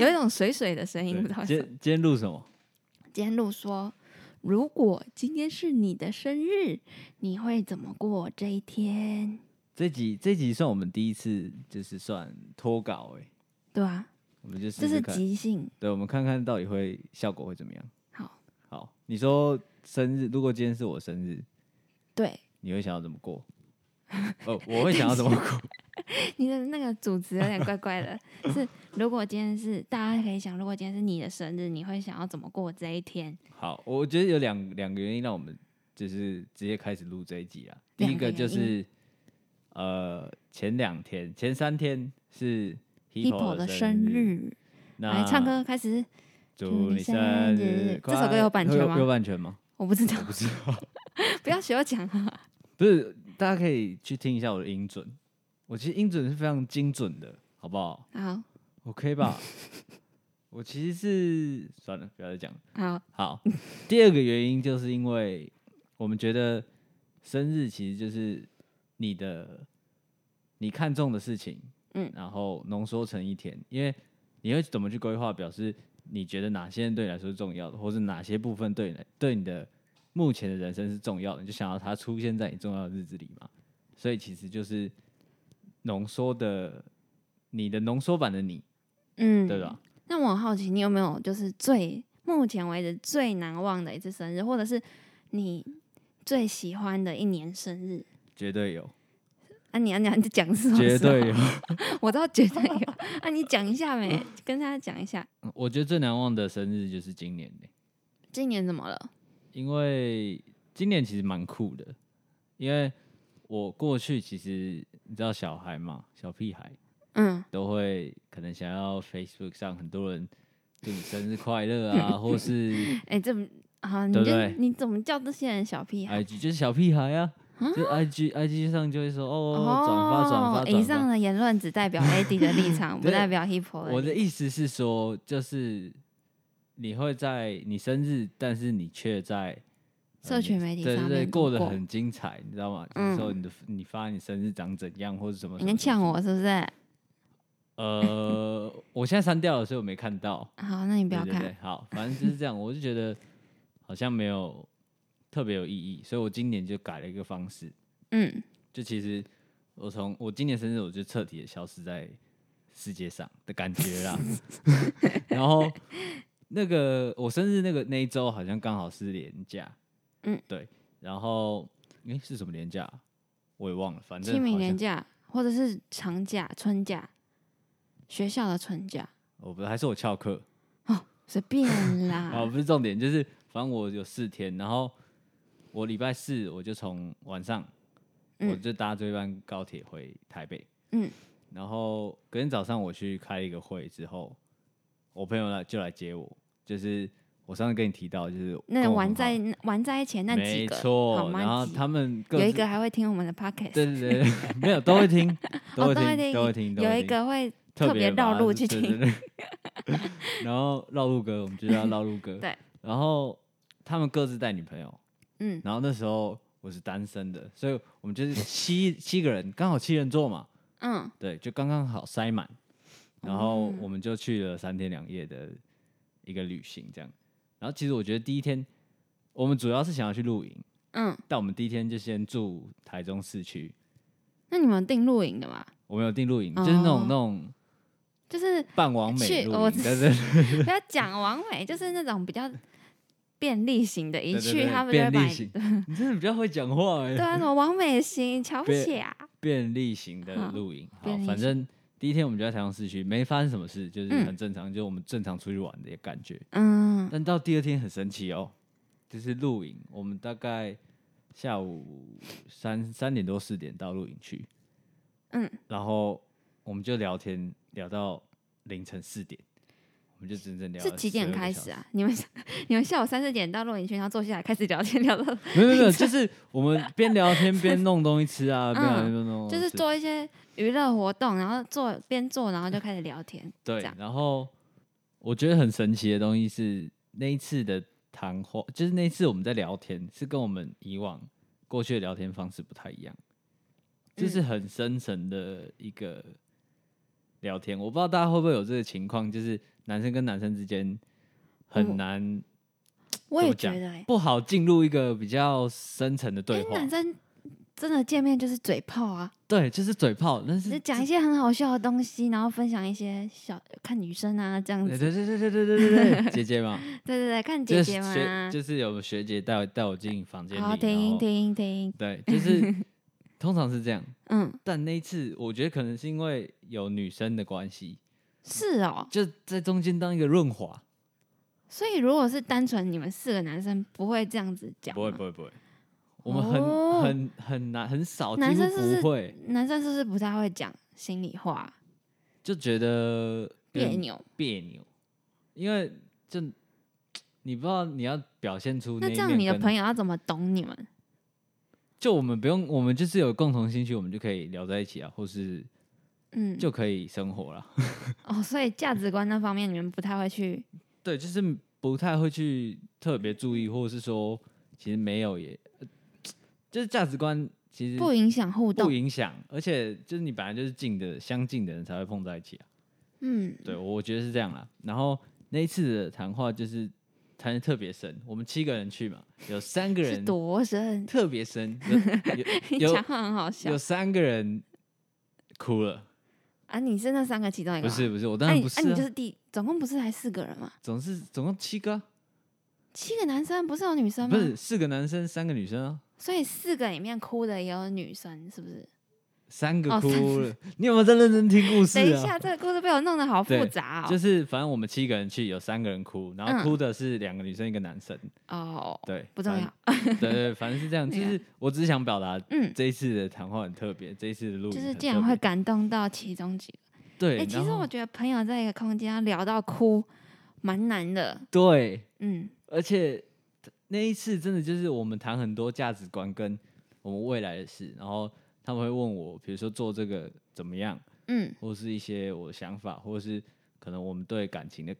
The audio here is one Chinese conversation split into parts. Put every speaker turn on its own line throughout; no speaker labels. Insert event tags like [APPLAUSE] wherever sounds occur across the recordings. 有一种水水的声音，不知道为
对
什
今
么。
天今天录什么？
监录说，如果今天是你的生日，你会怎么过这一天？
这集这集算我们第一次，就是算脱稿哎、
对啊，
我们就试
这
试
是
看。
即兴。
对，我们看看到底会效果会怎么样。
好，
好，你说生日，如果今天是我生日，
对， [LAUGHS]
你会想要怎么过？哦，我会想要怎么过？
你的那个主持有点怪怪的。是，如果今天是大家可以想，如果今天是你的生日，你会想要怎么过这一天？
好，我觉得有两两个原因让我们就是直接开始录这一集啊。第一
两个
个就
原因
是，呃，前两天、前三天是
Hippo 的生
日，
日，
那
来唱歌开始。
祝你生日
这首歌有版
快
权
有
吗
有版权吗？
我不知道
我，不知道，
[LAUGHS] 不要学我讲啊。
不是，大家可以去听一下我的音准，我其实音准是非常精准的，好不好
好 [LAUGHS]
？OK 吧？我其实是算了，不要再讲了。
好，
好， [LAUGHS] 第二个原因就是因为我们觉得生日其实就是你的你看重的事情，
嗯
然后浓缩成一天，因为你会怎么去规划，表示你觉得哪些人对你来说是重要的，或是哪些部分对你来对你的目前的人生是重要的，你就想要它出现在你重要的日子里嘛。所以其实就是浓缩的你的浓缩版的你，
嗯，
对吧？
那我很好奇，你有没有就是最目前为止最难忘的一次生日，或者是你最喜欢的一年生日？
绝对有，
啊，你啊你啊，你在讲 [LAUGHS] 是什么
绝
时候
对有。
我都绝对有。啊，你讲一下没？跟大家讲一下，
我觉得最难忘的生日就是今年、欸
今年怎么了？
因为今年其实蛮酷的，因为我过去其实你知道小孩嘛，小屁孩
嗯，
都会可能想要 Facebook 上很多人祝你生日快乐啊，
[LAUGHS]
或是
哎、这么啊，你
对
就
不对哎
你怎么叫这些人小屁孩？
IG 就是小屁孩啊，
啊
就 IG IG 上就会说哦转发转发
以
转
上欸
发。
的言论只代表 AD 的立
[LAUGHS]
场，不
对
代表 Hippo
我
的
的
立。
意思是说，就是你会在你生日，但是你却在
社群媒体
嗯对
上
对对，
面
过得
过
很精彩，你知道吗？就是说
嗯
你的你发你生日长怎样或者什么什
你
么
在
什么
呛我是不是？
呃， [LAUGHS] 我现在删掉了，所以我没看到。
好，那你不要
对对
看。
对，好，反正就是这样。我就觉得好像没有特别有意义，所以我今年就改了一个方式。
嗯，
就其实我从我今年生日，我就彻底的消失在世界上的感觉
[LAUGHS]
啦。然后那个我生日那个那一周好像刚好是年假，
嗯，
对。然后诶、是什么年假啊？我也忘了，反正
清明
好像
年假或者是长假、春假，学校的春假，
我不还是我翘课，
随便
[LAUGHS] 啊，
啦。
不是重点，就是反正我有四天，然后我礼拜四我就从晚上，
嗯
我就搭这班高铁回台北，
嗯，
然后隔天早上我去开一个会之后，我朋友来就来接我，就是我上次跟你提到，就是跟
那
我
玩
哦很好
在玩在一起的那几
没
个，好
错，
吗？
然后
几
他们各
有一
自
个还会听我们的 podcast，
对对对， [LAUGHS] 没有都会听，都
[LAUGHS] 哦
会
都会
听，都会听，都
有
会
一
听
个会特别
别
绕
把
路
它
去
对
听
对对 [LAUGHS] 然后绕路哥，我们就叫他绕路哥。
[LAUGHS] 对，
然后他们各自带女朋友，
嗯
然后那时候我是单身的，所以我们就是七七个人，刚好七人座嘛，
嗯，
对，就刚刚好塞满。然后
嗯
我们就去了三天两夜的一个旅行，这样。然后其实我觉得第一天，我们主要是想要去露营，
嗯，
但我们第一天就先住台中市区，
那你们有订露营的吗？
我们有订露营，就是那种
哦
那种 [LAUGHS]
就是
半完美
去
露
我
营，
知 [LAUGHS]
对对对
不要讲完美，就是那种比较便利型的，一
对对
去
对
他们就会
便
把
利
你
型， [LAUGHS] 你真的比较会讲话
[LAUGHS]
哎、
对啊，什么完美型，瞧不
便
起
[LAUGHS]
啊，
便利型的
好
露营，好
嗯便，利
反正第一天我们就在台中市区，没发生什么事，就是
嗯
很正常，就是我们正常出去玩的感觉。
嗯，
但到第二天很神奇哦，就是露营，我们大概下午三三点多四点到露营去，
嗯，
然后我们就聊天聊到凌晨四点，我们就整整聊
是
了
几点
12个
开
小
始
时
啊？你们 [LAUGHS] 你们下午三四点到露营区，然后坐下来开始聊天，聊到
没有没有
[LAUGHS]
没有，就是我们边聊天边弄东西吃啊，
嗯
边聊天边弄东西
就
吃
是做一些娱乐活动，然后做边做，然后就开始聊天。
对
这样。
然后我觉得很神奇的东西是那一次的谈话，就是那次我们在聊天，是跟我们以往过去的聊天方式不太一样，这
嗯
是很深层的一个聊天。我不知道大家会不会有这个情况，就是男生跟男生之间很
嗯
难
我也
怎么
觉
讲
得、欸，
不好进入一个比较深层的对
哎、
话。
男生真的见面就是嘴炮啊，
对，就是嘴炮，但
就是讲一些很好笑的东西，然后分享一些小看女生啊这样
对
子，
对对对对对对
[LAUGHS]
对对，姐姐嘛，
对对对，看
就
姐姐
呃是
哦嘛
学，就是有学姐带我带我进房间里，
好
然
听
后
听听，
对，就是通常是这样。
嗯，
但那一次，我觉得可能是因为有女生的关系，
是哦。
就在中间当一个润滑。
所以如果是单纯你们四个男生，不会这样子讲吗，
不会不会不会，我们很、
哦
很很难很少，几
男生
乎
是不是
不会，
男生是不是不太会讲心里话，
就觉得
别
嗯
扭？
别扭，因为就你不知道你要表现出
那
一
这样
面
你的
跟
朋友要怎么懂你们？
就我们不用，我们就是有共同兴趣，我们就可以聊在一起啊，或是
嗯，
就可以生活了。
哦，所以价值观那方面你们不太会去，
对，就是不太会去特别注意，或者是说其实没有也，呃就是价值观其实
不影响互
嗯不
动。
影响，而且就是你本来就是近的相近的人才会碰在一起啊。
嗯，
对，我觉得是这样啦。然后那一次的谈话就是谈的特别深，我们七个人去嘛，有三个
是
人
多深？
特别深，有
[LAUGHS] 你
有
讲
有
话很好笑
有三个人哭了。
啊！你是那三个其中一个
不
吗？
是不是，我
啊，
当然
你
不是、
啊，你就是第总共不是才四个人吗？
总是总共七个啊、
七个男生不是有女生
不
吗？
是四个男生，三个女生啊，
所以四个里面哭的也有女生，是不是？
三个
哦
哭
三
了。
[LAUGHS]
你有没有在认真听故事
等一
啊？
下，这个故事被我弄得好复
对
杂哦。
就是反正我们七个人去，有三个人哭，然后
嗯
哭的是两个女生一个男生，
哦，
对，
不重
反
要。啊
正。对对，反正是
[LAUGHS]
这样。就
那个
是我只是想表达
嗯，
这一次的谈话很特别，这一次的录影
就是
很
竟然
特
会
别
感动到其中几个。
对
哎、。其
然
实我
后
觉得朋友在一个空间要聊到哭，蛮难的。
对，
嗯，
而且那一次真的就是我们谈很多价值观跟我们未来的事，然后他们会问我，比如说做这个怎么样，
嗯，
或是一些我的想法，或是可能我们对感情的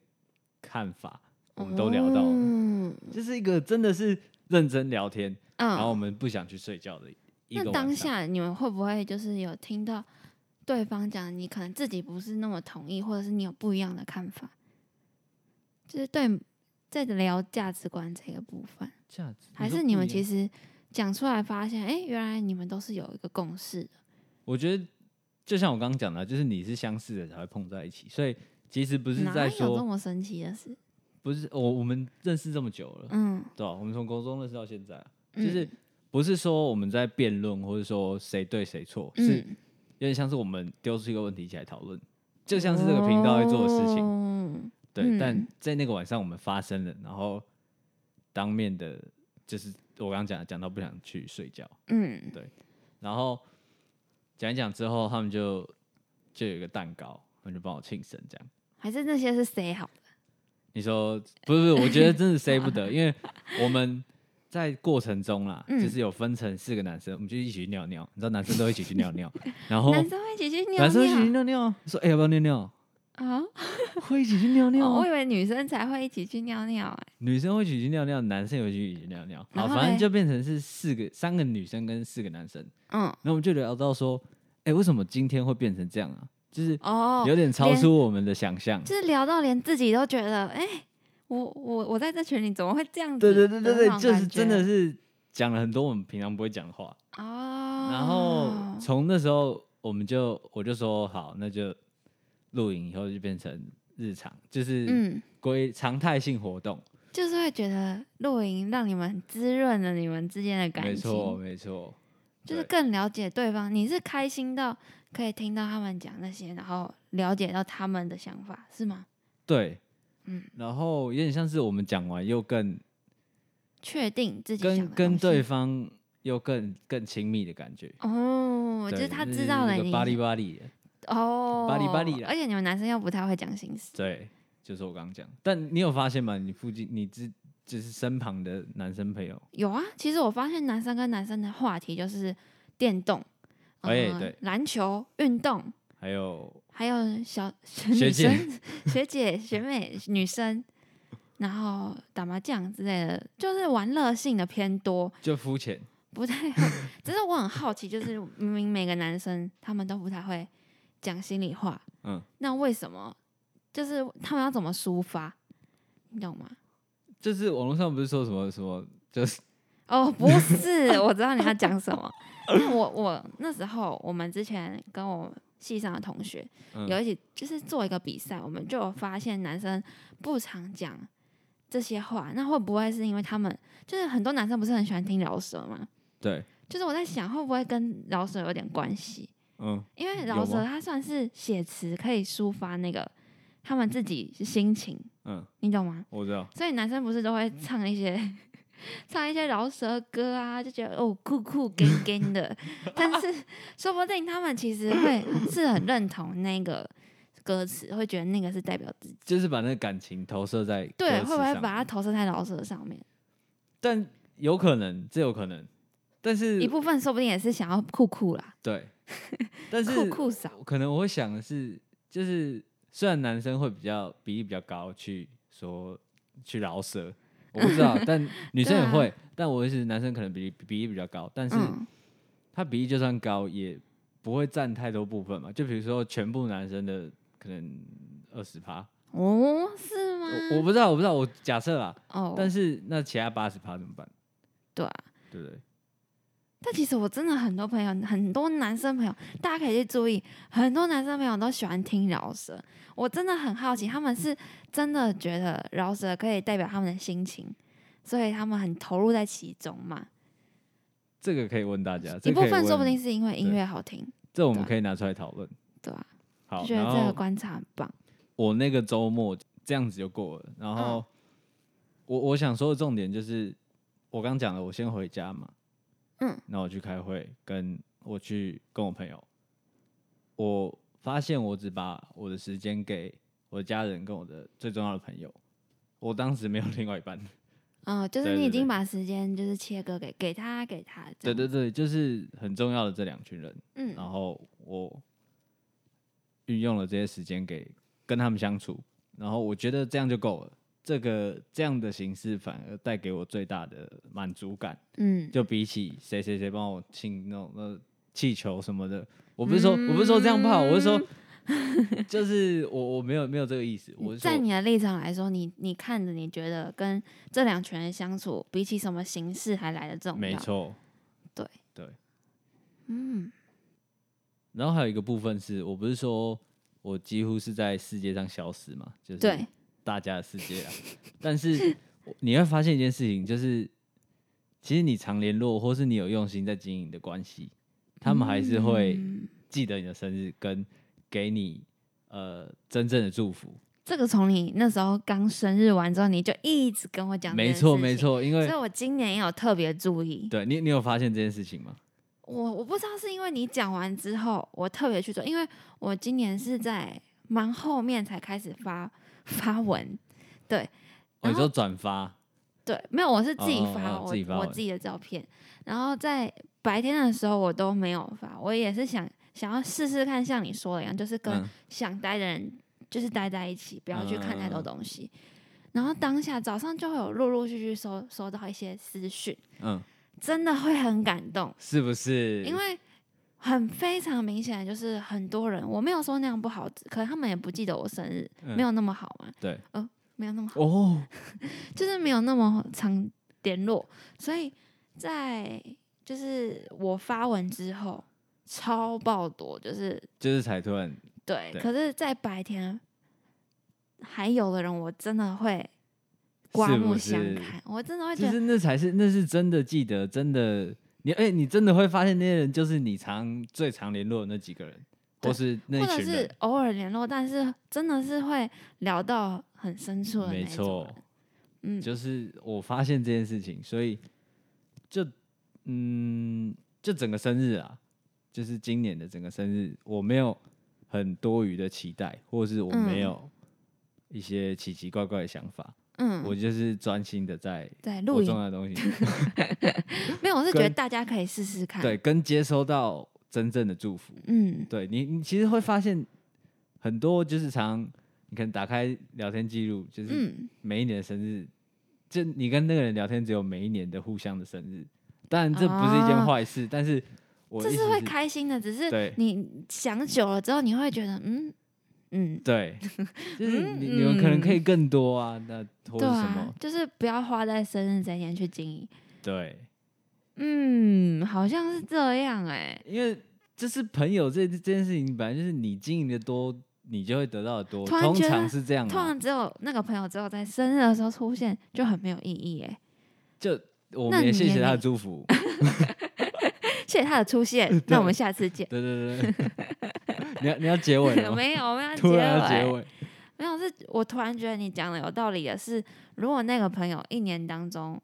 看法，我们都聊到了
嗯，
就是一个真的是认真聊天，然后我
嗯
们不想去睡觉的一个
那
晚
当
上。
下你们会不会就是有听到对方讲你可能自己不是那么同意，或者是你有不一样的看法？就是对在聊价值观这个部分，
价值
还是你们其
实，
实讲出来发现，哎、原来你们都是有一个共识的。
我觉得就像我刚刚讲的，就是你是相似的才会碰在一起，所以其实不是
哪
在
有这
说，
么神奇的事？
不是我我们认识这么久了，
嗯，
对吧、啊我们从高中认识到现在啊、
嗯
就是不是说我们在辩论，或者说谁对谁错，是
嗯，
有点像是我们丢出一个问题一起来讨论，就像是这个频道会做的事情。
情。
对，但
哦嗯
在那个晚上我们发生了，然后当面的，就是我刚刚讲的讲到不想去睡觉，
嗯，
然后讲一讲之后，他们就就有一个蛋糕，他们就帮我庆生这样。
还是那些是谁好的？
你说不是不是？我觉得真是 say
[LAUGHS]
不得，因为我们在过程中啦，
嗯
就是有分成四个男生，我们就一起去尿尿。你知道男生都一起去尿尿，然
[LAUGHS]
后
男生会一起去尿
哦男生一起去
尿
尿尿，说哎、要不要尿尿？
啊？
会一起去尿尿、
哦我
啊，
以为女生才会一起去尿尿哎、
女生会一起去尿尿，男生也会一起去尿尿。好，
然后
反正
嘞
就变成是四个三个女生跟四个男生。
嗯，
然后我们就聊到说，哎、为什么今天会变成这样啊？就是
哦，
有点超
连
出我们的想象。
就是聊到连自己都觉得，哎、我我我在这群里怎么会这样子？
对对对对对，
那种
就是
感觉
真的是讲了很多我们平常不会讲的话。
哦。
然后从那时候，我们就我就说好，那就露营以后就变成日常，就是
嗯，
归常态性活动。
就是会觉得露营让你们滋润了你们之间的
没
感
错，
情，
没错，
就是
对
更了解对方。你是开心到可以听到他们讲那些，然后了解到他们的想法，是吗？
对，
嗯，
然后有点像是我们讲完又更
确定自己想
跟
的
跟
东西
对方又更更亲密的感觉。
哦，就是
对
他知道了
那是一
你
个巴里巴里的，
哦，
巴黎巴黎啦
而且你们男生又不太会讲心事，
对，就是我刚刚讲。但你有发现吗？你附近你之就是身旁的男生朋友，
有啊。其实我发现男生跟男生的话题就是电动，呃
哎对
篮球、运动，
还有
还有小
学
女
姐 [LAUGHS]
生、学姐、学妹、女生，然后打麻将之类的，就是玩乐性的偏多，
就肤浅，
不太
[LAUGHS]
会。只是我很好奇，就是明明每个男生他们都不太会讲心里话，
嗯，
那为什么？就是他们要怎么抒发，你懂吗？
就是网络上不是说什么什么，就是
哦，不是，我知道你要讲什么。那我我那时候我们之前跟我系上的同学
嗯
有一起，就是做一个比赛，我们就有发现男生不常讲这些话，那会不会是因为他们就是很多男生不是很喜欢听饶舌吗？
对，
就是我在想，会不会跟饶舌有点关系？
嗯，
因为
有
饶
吗
舌它算是写词，可以抒发那个他们自己心情，
嗯，
你懂吗？
我知道，
所以男生不是都会
嗯
唱一些 [LAUGHS] 唱一些饶舌歌啊，就觉得哦酷酷干干
[LAUGHS]
的，但是说不定他们其实会是很认同那个歌词，会觉得那个是代表自己，
就是把那个感情投射在
对，
歌词
会不会
上
把它投射在饶舌上面？
但有可能，这有可能，但是
一部分说不定也是想要酷酷啦， [LAUGHS]
对，但是
酷酷嫂，
可能我会想的是，就是虽然男生会比较比例比较高去说去饶舌，我不知
[LAUGHS]
道，但女生也
对啊
会，但我是男生可能比例比例比较高，但是
嗯，
他比例就算高也不会占太多部分嘛，就比如说全部男生的可能二十趴，
哦，是吗？
我我不知道，我不知道，我假设啦，
哦，
但是那其他八十趴怎么办？
对啊。
对不对？
但其实我真的很多朋友，很多男生朋友，大家可以去注意，很多男生朋友都喜欢听饶舌。我真的很好奇，他们是真的觉得饶舌可以代表他们的心情，所以他们很投入在其中嘛？
这个可以问大家，
一
这
部
个可以
分说不
问
定是因为音乐好听，
这我
对
们
啊
可以拿出来讨论。
对吧、
好，
就觉
然
得
后。
这个观察很棒。
我那个周末这样子就过了。然后、
嗯
我我想说的重点就是，我刚讲了，我先回家嘛，
嗯，
那我去开会，跟我去跟我朋友。我发现我只把我的时间给我的家人跟我的最重要的朋友，我当时没有另外一半。
嗯、就是
对
你已
对
经把时间就是切割给给他给他，这
对
样
对对，就是很重要的这两群人。
嗯
然后我运用了这些时间给跟他们相处，然后我觉得这样就够了。这个这样的形式反而带给我最大的满足感，
嗯，
就比起谁谁谁帮我庆那种那气球什么的，我不是说
嗯
我不是说这样不好，我是说就是我我没有没有这个意思，我是
在
说
你的立场来说，你你看着你觉得跟这两群人相处，比起什么形式还来的重要，
没错，
对
对。
嗯，
然后还有一个部分是我不是说我几乎是在世界上消失嘛，就是
对，
大家的世界啊。但是我你会发现一件事情，就是其实你常联络，或是你有用心在经营的关系，他们还是会
嗯
记得你的生日，跟给你呃真正的祝福。
这个从你那时候刚生日完之后，你就一直跟我讲，
没错，没，错，因
所
为
以我今年也有特别注意。
对你，你有发现这件事情吗？
我我不知道是因为你讲完之后，我特别去做，因为我今年是在蛮后面才开始发发文，
哦、
然
你
后
说转发，
对，没有，我是自己
哦哦
发
哦
我
自己发
我
文
自己的照片，然后在白天的时候我都没有发，我也是想想要试试看，像你说的一样，就是跟
嗯，
想待的人就是待在一起，不要去看太
嗯
多
嗯嗯
东西。然后当下早上就会有陆陆续续收收到一些私讯，
嗯，
真的会很感动，
是不是？
因为很非常明显的就是很多人，我没有说那样不好，可能他们也不记得我生日，
嗯
没有那么好嘛，
对
没有那么好，
哦，
就是没有那么常联络，所以在就是我发文之后，超爆多，就是
就是才突然
对，
对
可是，在白天还有的人，我真的会刮
是
目
不
相
是
看，我真的会觉
就
得
是那才是那是真的记得，真的你哎、你真的会发现那些人就是你常最常联络的那几个人，
对
或是那
或
一
者
群
是
人，
偶尔联络，但是真的是会聊到很深处的那
没
一种
错
人。，嗯，
就是我发现这件事情，所以就嗯，就整个生日啊，就是今年的整个生日，我没有很多余的期待，或是我
嗯
没有一些奇奇怪怪的想法，我
嗯，
就是专心的在
对，
我
露
重
营
要的东西， [LAUGHS]
没有，我是觉得
跟
大家可以试试看。
对，，跟接收到真正的祝福，
嗯，
对你，你其实会发现很多就是常你你可能打开聊天记录，就是
嗯，
每一年的生日，就你跟那个人聊天，只有每一年的互相的生日。当然这不是一件
哦
坏事，但是我
这
的意
是
思
会
是
开心的，只是
对
你想久了之后，你会觉得，嗯嗯， [LAUGHS]
对，就是
嗯
你你们可能可以
嗯
更多啊，那或
对
者什么
啊，就是不要花在生日这一天去经营。啊
对，
嗯，好像是这样哎、
因为就是朋友这这件事情，本来就是你经营的多，你就会得到的多，
突然
通
觉得
常是这样啊
通
嘛。
常只有那个朋友只有在生日的时候出现，就很没有意义哎、
就我
那
们也
你
谢
也
谢他的
得
祝福，
谢谢他的出现，那我们下次
[LAUGHS]
见。
呃对对对对，你要你要结尾了
[LAUGHS]
吗？
没有，我们要结
哦突然要
尾
啊结，尾，
没有，是我突然觉得你讲的有道理的是，如果那个朋友一年当中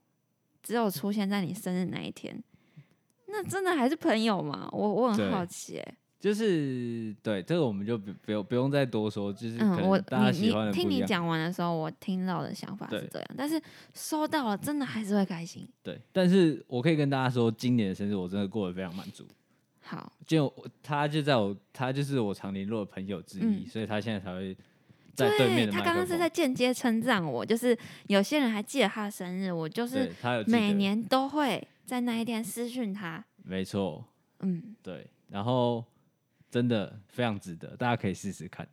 只有出现在你生日那一天，那真的还是朋友吗？我我很
对
好奇、欸，
就是对这个我们就不不用不用再多说，就是可
嗯，我
能大家
你
喜欢
你
的不
听
一
你
样。
讲完的时候，我听到的想法是
对
这样，但是收到了真的还是会开心。
对，但是我可以跟大家说，今年的生日我真的过得非常满足。
好，
就我他就在我他就是我常联络的朋友之一，
嗯
所以他现在才会在对面的
他
麦
刚
克
刚是
风。
在间接称赞我，就是有些人还记得他的生日，我就是
对，他有记
每
得
年都会在那一天私讯他。
没错，
嗯，
对，然后真的非常值得，大家可以试试看。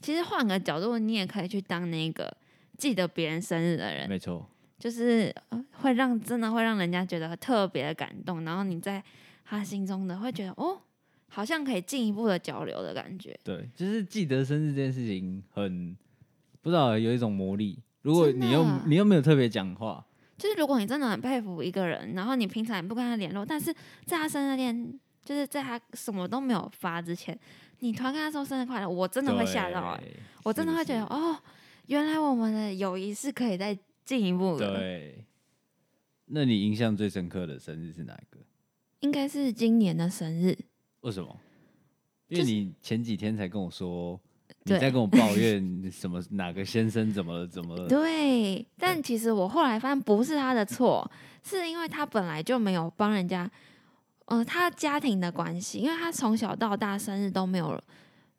其实换个角度，你也可以去当那个记得别人生日的人，
没错，
就是呃会让真的会让人家觉得特别的感动，然后你在他心中的会觉得哦，好像可以进一步的交流的感觉。
对，就是记得生日这件事情很不知道有一种魔力。如果
真的
你又你又没有特别讲话，
就是如果你真的很佩服一个人，然后你平常也不跟他联络，但是在他生日那天，就是在他什么都没有发之前，你突然跟他说生日快乐，我真的会吓到、欸，
对
我真的会觉得
是不
哦，原来我们的友谊是可以再进一步
是
的。
对。那你印象最深刻的生日是哪一个？
应该是今年的生日，
为什么？因为
就是
你前几天才跟我说，你
对
在跟我抱怨什么哪个先生怎么了怎
[LAUGHS]
么了，
对。但其实我后来发现不是他的错，是因为他本来就没有帮人家，呃，他家庭的关系，因为他从小到大生日都没有，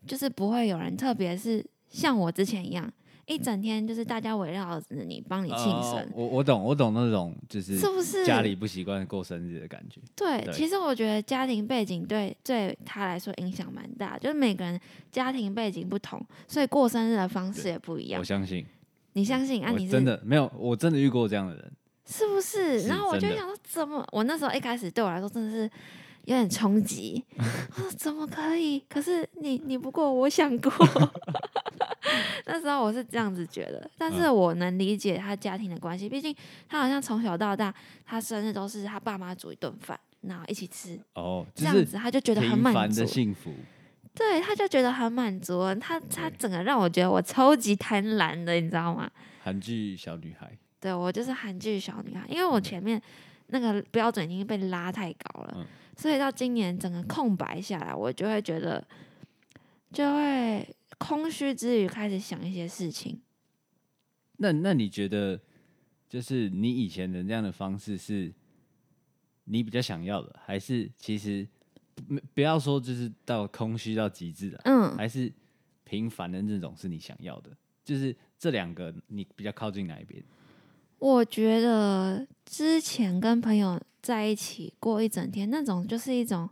就是不会有人，特别是像我之前一样，一整天就是大家围绕着你帮你庆生。
嗯哦我我懂我懂那种就是
是不是
家里不习惯过生日的感觉。
对，
对
其实我觉得家庭背景对对他来说影响蛮大，就是每个人家庭背景不同，所以过生日的方式
对
也不一样
我。相信，
你相信？啊，
我
你是
真的没有，我真的遇过这样的人。
是不是？
是
然后我就
真的
想说，怎么？我那时候一开始对我来说真的是有点冲
[LAUGHS]
击，我说怎么可以？可是你你不过我想
[LAUGHS]
过，那时候我是这样子觉得，但是
嗯
我能理解他家庭的关系，毕竟他好像从小到大，他生日都是他爸妈煮一顿饭，然后一起吃，
哦，
这
就
样
是
子他就觉得很
平
满
凡
足
的，幸福，
对，他就觉得很满足了，他他
对
整个让我觉得我超级贪婪的，你知道吗？
韩剧小女孩。
对我就是韩剧小女孩，因为我前面那个标准已经被拉太高了，
嗯
所以到今年整个空白下来，我就会觉得就会空虚之余开始想一些事情。
那那你觉得，就是你以前的那样的方式是你比较想要的，还是其实不不要说就是到空虚到极致的，
嗯，
还是平凡的那种是你想要的？就是这两个，你比较靠近哪一边？
我觉得之前跟朋友在一起过一整天，那种就是一种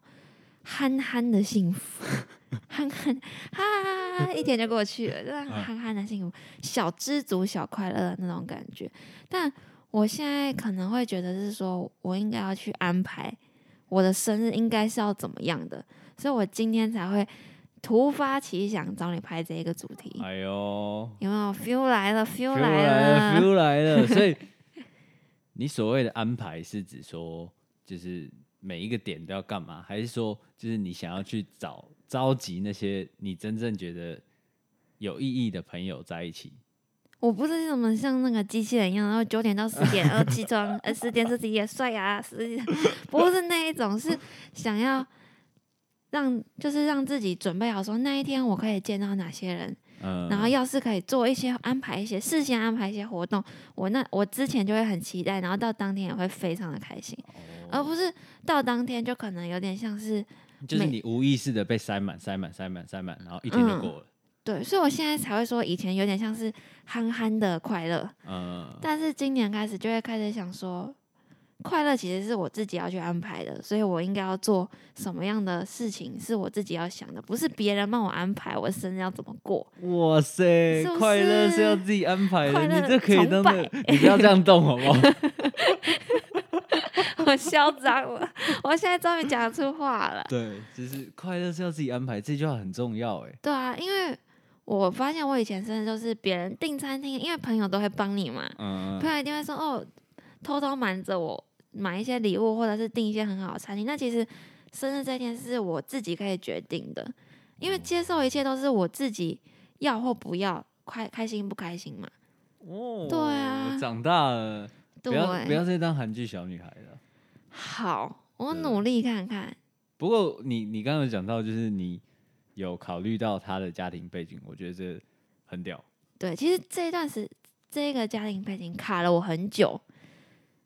憨憨的幸福，憨憨哈，一天就过去了，
嗯
就是憨憨的幸福，小知足、小快乐的那种感觉。但我现在可能会觉得是说，我应该要去安排我的生日应该是要怎么样的，所以我今天才会突发奇想找你拍这一个主题。
哎呦
有没有 feel 来了？feel
，feel
来
来了
了 [LAUGHS]
，feel 来 [LAUGHS] 了，所以你所谓的安排是指说，就是每一个点都要干嘛，还是说就是你想要去找召集那些你真正觉得有意义的朋友在一起？
我不是怎么像那个机器人一样，然后九点到十点，
[LAUGHS]
然后起床，呃，十点自己也刷牙，十不是那一种，是想要让就是让自己准备好，说那一天我可以见到哪些人，
嗯，
然后要是可以做一些安排一些事先安排一些活动，我那我之前就会很期待，然后到当天也会非常的开心，而
哦，
不是到当天就可能有点像是
就是
每
你无意识的被塞满、塞满、塞满、塞满，然后一天就
嗯
过了。
对，所以我现在才会说，以前有点像是憨憨的快乐，
呃，
嗯但是今年开始就会开始想说，快乐其实是我自己要去安排的，所以我应该要做什么样的事情是我自己要想的，不是别人帮我安排我生日要怎么过。 [LAUGHS]
哇塞
是不，是
快乐是要自己安排的，
快乐
你这可以当
崇
的，你不要这样动好不好？
我嚣张了，我现在终于讲出话了。
[LAUGHS] 对，就是快乐是要自己安排，这句话很重要哎。
对啊，因为我发现我以前真的就是别人订餐厅，因为朋友都会帮你嘛，
嗯，
朋友一定会说哦，偷偷瞒着我买一些礼物，或者是订一些很好的餐厅。那其实生日这一天是我自己可以决定的，因为接受一切都是我自己要或不要，开开心不开心嘛。
哦
对啊
长大了，不
对，
要不要再当韩剧小女孩了。
好，我
对
努力看看。
不过你你刚刚有讲到，就是你有考虑到他的家庭背景，我觉得这很屌，
对，其实这一段时这个家庭背景卡了我很久，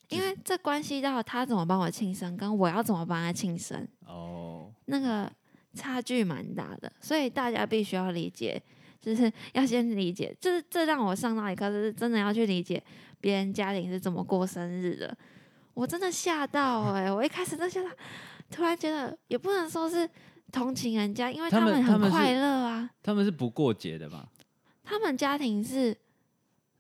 因为这关系到他怎么帮我庆生，跟我要怎么帮他庆生。
哦。
那个差距蛮大的，所以大家必须要理解，就是要先理解，就是这让我上到一课，就是真的要去理解别人家庭是怎么过生日的。我真的吓
[LAUGHS]
到哎、我一开始真的吓到，突然觉得也不能说是同情人家，因为
他们
们
他们
很
是
快乐啊，
他们是不过节的嘛？
他们家庭是，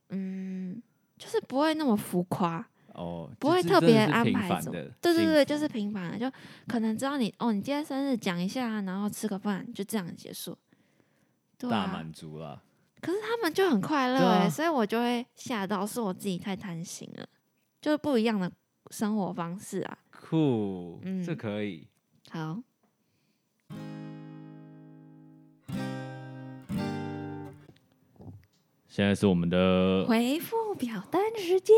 嗯，就是不会那么浮夸，
哦，
不会
这
特
这真
别
的是
安
平
排
凡
什么
的，，
对对对，就是平凡的，就可能知道你哦，你今天生日讲一下，啊然后吃个饭，就这样结束。对
大
啊，
满足啦。
可是他们就很快乐
对啊
哎、所以我就会吓到，是我自己太贪心了，就是不一样的生活方式啊。
酷，
嗯
这可以。
好，
现在是我们的
回复表单时间。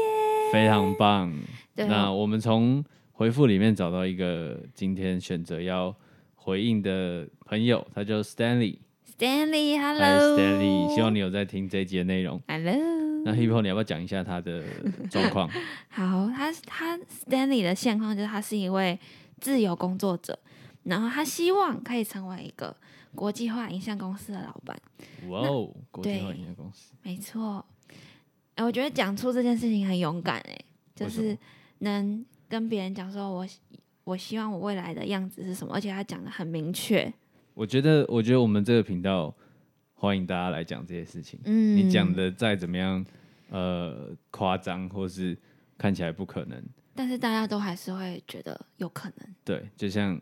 非常棒。
对
那
啊，
我们从回复里面找到一个今天选择要回应的朋友，他叫 Stanley。嗨
Stanley，Hello。
Stanley，希望你有在听这一集的内容。
Hello。
那 Hippo，你要不要讲一下
[LAUGHS]
他的状况？
好，他他 Stanley 的现况就是他是一位自由工作者，然后他希望可以成为一个国际化影像公司的老板。
哇哦，国际化
对
营业公司，
没错，哎、我觉得讲出这件事情很勇敢哎、就
为什么
是能跟别人讲说我希我希望我未来的样子是什么，而且他讲的很明确。
我觉得，我觉得我们这个频道欢迎大家来讲这些事情。
嗯，
你讲，的再怎么样，呃，夸张或是看起来不可能，
但是大家都还是会觉得有可能。
对，就像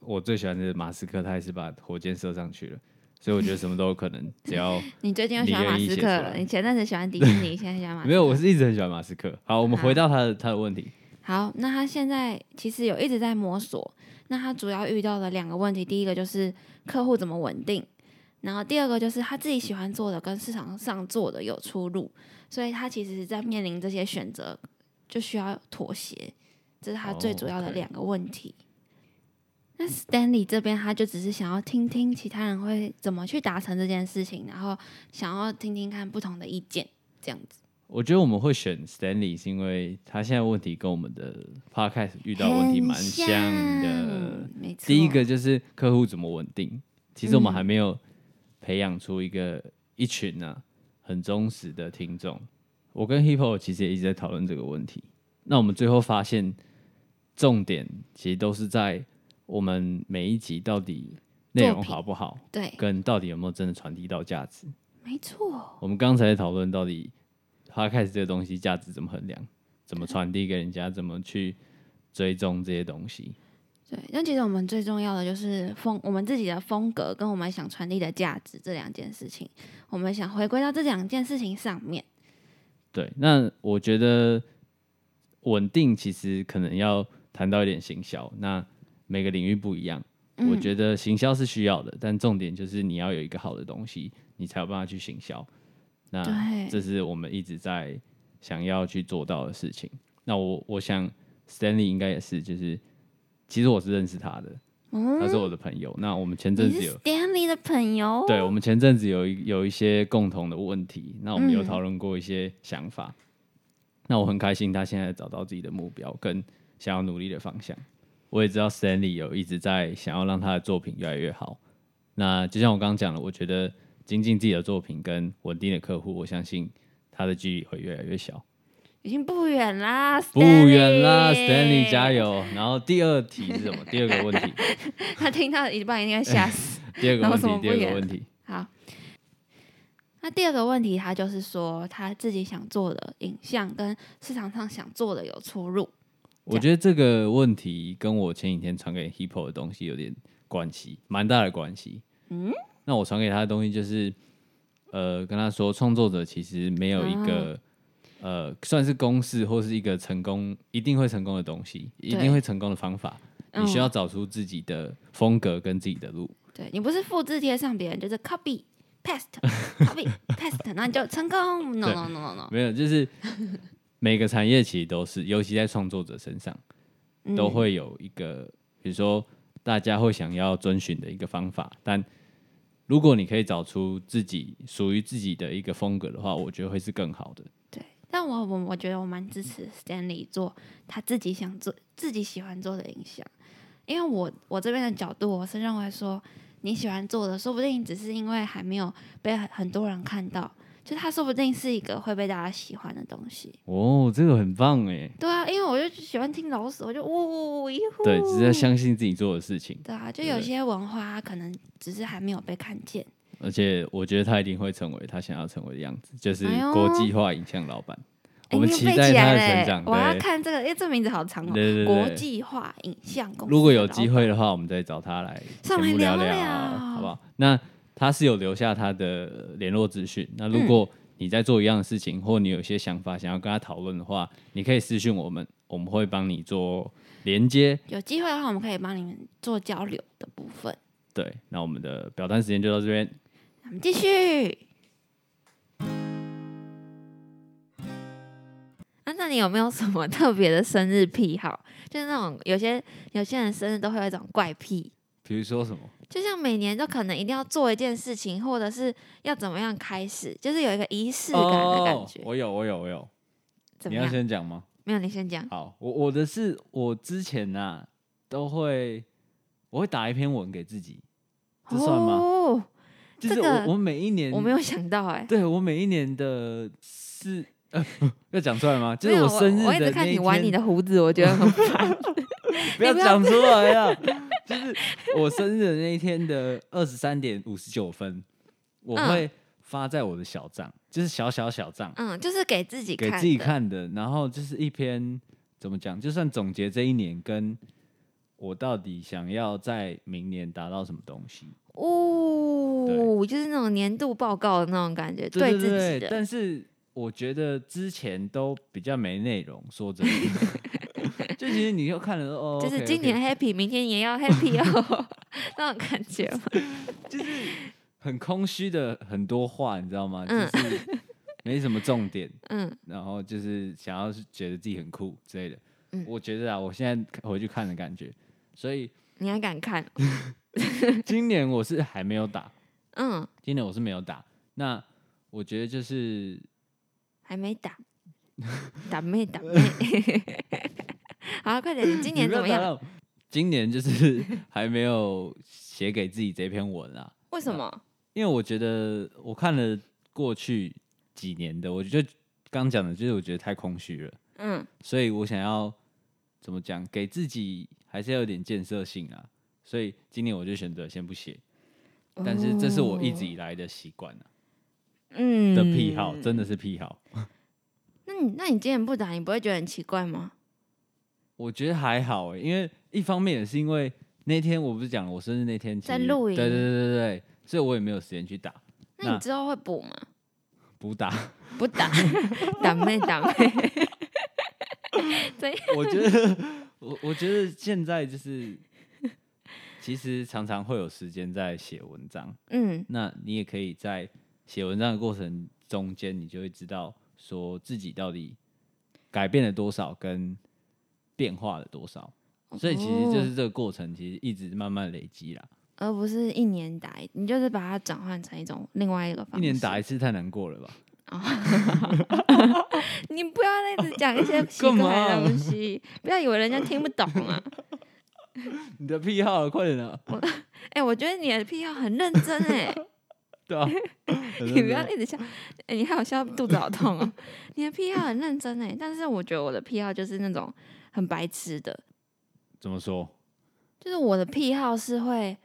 我最喜欢的马斯克，他也是把火箭射上去了，所以我觉得什么都有可能，只要
你最近又喜欢
你
[LAUGHS] 马
愿意
斯
写
克
出
了，
来
你前阵子喜欢迪士
[LAUGHS]
尼，现在喜欢马斯克。
没有，我是一直很喜欢马斯克。好，我们回到他的他的问题，
好，那他现在其实有一直在摸索。那他主要遇到的两个问题，第一个就是客户怎么稳定，然后第二个就是他自己喜欢做的跟市场上做的有出入，所以他其实是在面临这些选择，就需要妥协，这是他最
哦
主要的
，OK
两个问题。那 Stanley 这边，他就只是想要听听其他人会怎么去达成这件事情，然后想要听听看不同的意见，这样子。
我觉得我们会选 Stanley，是因为他现在问题跟我们的 Podcast 遇到的问题蛮
很
像的
像。，没错。
第一个就是客户怎么稳定，其实我们
嗯
还没有培养出一个一群啊很忠实的听众。我跟 Hippo 其实也一直在讨论这个问题。那我们最后发现，重点其实都是在我们每一集到底内容
作品
好不好，
对，
跟到底有没有真的传递到价值。
没错，
我们刚才在讨论到底 podcast 这个东西价值怎么衡量，怎么传递给人家，怎么去追踪这些东西。
对。那其实我们最重要的就是风，我们自己的风格跟我们想传递的价值这两件事情，我们想回归到这两件事情上面。
对，那我觉得稳定其实可能要谈到一点行销，那每个领域不一样。
嗯
我觉得行销是需要的，但重点就是你要有一个好的东西，你才有办法去行销。那
对
这是我们一直在想要去做到的事情。那我我想 Stanley 应该也是，就是其实我是认识他的，他是我的朋友。那我们前阵
哦你
子
是
有，
Stanley 的朋友，
对我们前阵子有一有一些共同的问题，那我们有
嗯
讨论过一些想法。那我很开心，他现在找到自己的目标跟想要努力的方向。我也知道 Stanley 有一直在想要让他的作品越来越好。那就像我刚刚讲的，我觉得精进自己的作品跟稳定的客户，我相信他的距离会越来越小。
已经不远啦，
不远啦，Stanley 加！油！然后第二题是什么？第二个问题，
[LAUGHS] 他听到一半应该吓死。
第二个
然后
问
什么不
题，第二
远
个问题，
好，那第二个问题，他就是说他自己想做的影像跟市场上想做的有出入。
我觉得这个问题跟我前几天传给 Hippo 的东西有点关系，蛮大的关系。
嗯，
那我传给他的东西就是，呃，跟他说，创作者其实没有一个、呃，算是公式或是一个成功一定会成功的东西，一定会成功的方法。
嗯
你需要找出自己的风格跟自己的路。
对你不是复制贴上别人，就是 copy paste
[LAUGHS]
copy paste，然后你就成功。No
对
no no no no，
没有，就是每个产业其实都是，尤其在创作者身上。
嗯
都会有一个，比如说大家会想要遵循的一个方法，但如果你可以找出自己属于自己的一个风格的话，我觉得会是更好的。
对。但我我我觉得我蛮支持 Stanley 做他自己想做、自己喜欢做的影像，因为我我这边的角度，我是认为说你喜欢做的，说不定只是因为还没有被很很多人看到，就他说不定是一个会被大家喜欢的东西。
哦，这个很棒哎，
对啊，因为我就喜欢听老鼠，我就呜呜一呼。
对，只是要相信自己做的事情，
对啊，就
对
有
对
些文化它可能只是还没有被看见。
而且我觉得他一定会成为他想要成为的样子，就是
哎呦
国际化影像老板。
哎
我们
你有
期
背
待
起
他
来
的
嘞
成长。
我要
对
看这个，哎、这名字好长哦。
对对
国
对。
际化影像公司。
如果有机，会的话，我们再找他来节
上来
目
聊
聊，
聊
好不好？那他是有留下他的联络资讯。那
嗯
如果你在做一样的事情，或你有一些想法想要跟他讨论的话，你可以私讯我们，我们会帮你做连接。
有机会的话，我们可以帮你们做交流的部分。
对，那我们的表单时间就到这边。
我们继续。啊，那你有没有什么特别的生日癖好？就是那种有些有些人生日都会有一种怪癖，
比如说什么？
就像每年都可能一定要做一件事情，或者是要怎么样开始，就是有一个仪式感的感觉。
我有，我有，我有。
怎
哦你
么
要
样？
先讲吗？
没有，你先讲。
好，我我的是我之前呐、都会我会打一篇文给自己，这算吗
哦，
就是
这
我、
个
我每一年
我没有想到 [LAUGHS] 哎、
对我每一年的是呃 [LAUGHS] 要讲出来吗？就
没
是
有
生日
我，我一直
的
看
那一
你玩你
天，
的胡子，我觉得很 [LAUGHS] 烦。
[LAUGHS]
[LAUGHS]
不要讲出来啊！就是我生日的那一天的二十三点五十九分，我
嗯
会发在我的小账，就是小小小账
嗯，就是给自己
给
看的，
自己看的，然后就是一篇怎么讲，就算总结这一年跟。我到底想要在明年达到什么东西？
哦，就是那种年度报告的那种感觉，
对
自己
对对，
的。
但是我觉得之前都比较没内容，说真
[LAUGHS]
的，就其实你就看了哦，
就是
OK，OK
今年 happy，明天也要 happy 哦， [LAUGHS] 那种感觉嘛。
很空虚的很多话，你知道吗？就
嗯
是没什么重点，
嗯，
然后就是想要是觉得自己很酷之类的。
嗯
我觉得啊，我现在回去看的感觉，所以
你还敢看？
今年我是还没有打，
嗯，
今年我是没有打。那我觉得就是
还没
[LAUGHS]
打，打妹打妹。 [LAUGHS] 好，快点，你今年
你
怎
不
么
要打
样？
扰？今年就是 [LAUGHS] 还没有写给自己这篇文啊。
为什么？
因为我觉得我看了过去几年的，我觉得刚讲的就是我觉得太空虚了，
嗯，
所以我想要怎么讲，给自己还是要有点建设性啊。所以今年我就选择先不写，但是这是我一直以来的习惯啊
哦嗯
的癖好，真的是癖好。
那你那你今天不打，你不会觉得很奇怪吗？
我觉得还好欸，因为一方面也是因为那天我不是讲了我生日那天其实
在露营
对对对对对，所以我也没有时间去打
那
那
你之后会补吗？
补打。
不打， [LAUGHS] 打妹打妹。 [LAUGHS]
我觉得，我我觉得现在就是，其实常常会有时间在写文章，
嗯
那你也可以在写文章的过程中间，你就会知道说自己到底改变了多少，跟变化了多少。所以其实就是这个过程，其实一直慢慢累积啦。
而不是一年打一，你就是把它转换成一种另外一个方式。
一年打一次太难过了 [LAUGHS] 吧？
你不要一直讲一
[LAUGHS]
些奇
干嘛啊
怪的东西，不要以为人家听不懂啊！
[LAUGHS] 你的癖好了，快点啊！
哎、我觉得你的癖好很认真哎、
[LAUGHS] 对 [LAUGHS] 啊，很
你
认
不要
真
一直笑，欸你还有笑，肚子好痛哦。 [LAUGHS] 你的癖好很认真哎，但是我觉得我的癖好就是那种很白痴的，
怎么说？
就是我的癖好是会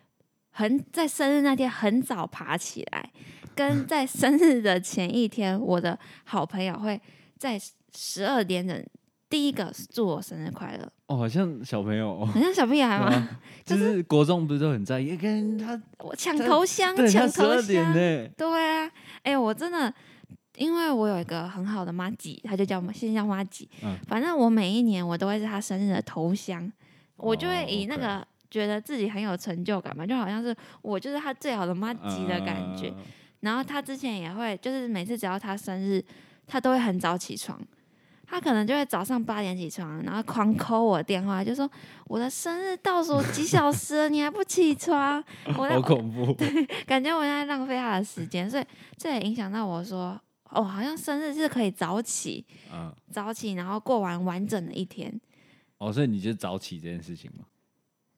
很在生日那天很早爬起来，跟在生日的前一天，我的好朋友会在十二点整第一个祝我生日快乐，
哦，好像小朋友、哦，
很像小屁孩
对
吗？
啊 [LAUGHS] 就是国中不是都很在意，欸跟他
我抢
他
头香，
对他
抢
十
头
二点
香，
呢，
对啊，哎、我真的，因为我有一个很好的妈吉，她就叫我现在叫妈吉。
嗯
反正我每一年我都会是她生日的头香，我就会
哦
以那
，OK
个觉得自己很有成就感嘛，就好像是我就是她最好的妈吉的感觉。
嗯
然后她之前也会，就是每次只要她生日，她都会很早起床。她可能就会早上八点起床，然后狂扣我电话，就说我的生日倒数几小时了，你还不起床？
[LAUGHS]
我在
好恐怖，
感觉我在浪费他的时间，所以这也影响到我说，哦，好像生日是可以早起，
嗯，
早起然后过完完整的一天。
哦，所以你就早起这件事情嘛，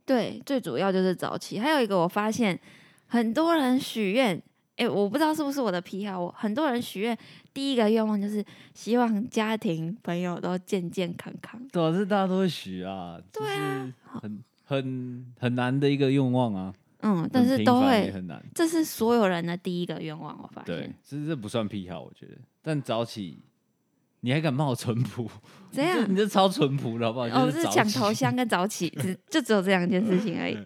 对，最主要就是早起。还有一个我发现，很多人许愿，诶，我不知道是不是我的癖好，我很多人许愿第一个愿望就是希望家庭朋友都健健康康。
对啊，这大家都会许啊，
对啊，
很很很难的一个愿望啊，
嗯，但
很
是
平
都
凡也
会，
很难，
这是所有人的第一个愿望，我发
对
现。，
这这不算癖好，我觉得，但早起。你还敢骂我淳朴？
怎样
这？你这超淳朴了，好不好？
哦，
就是早
抢
起
头香跟早起，只就只有这两件事情
[LAUGHS]
而已。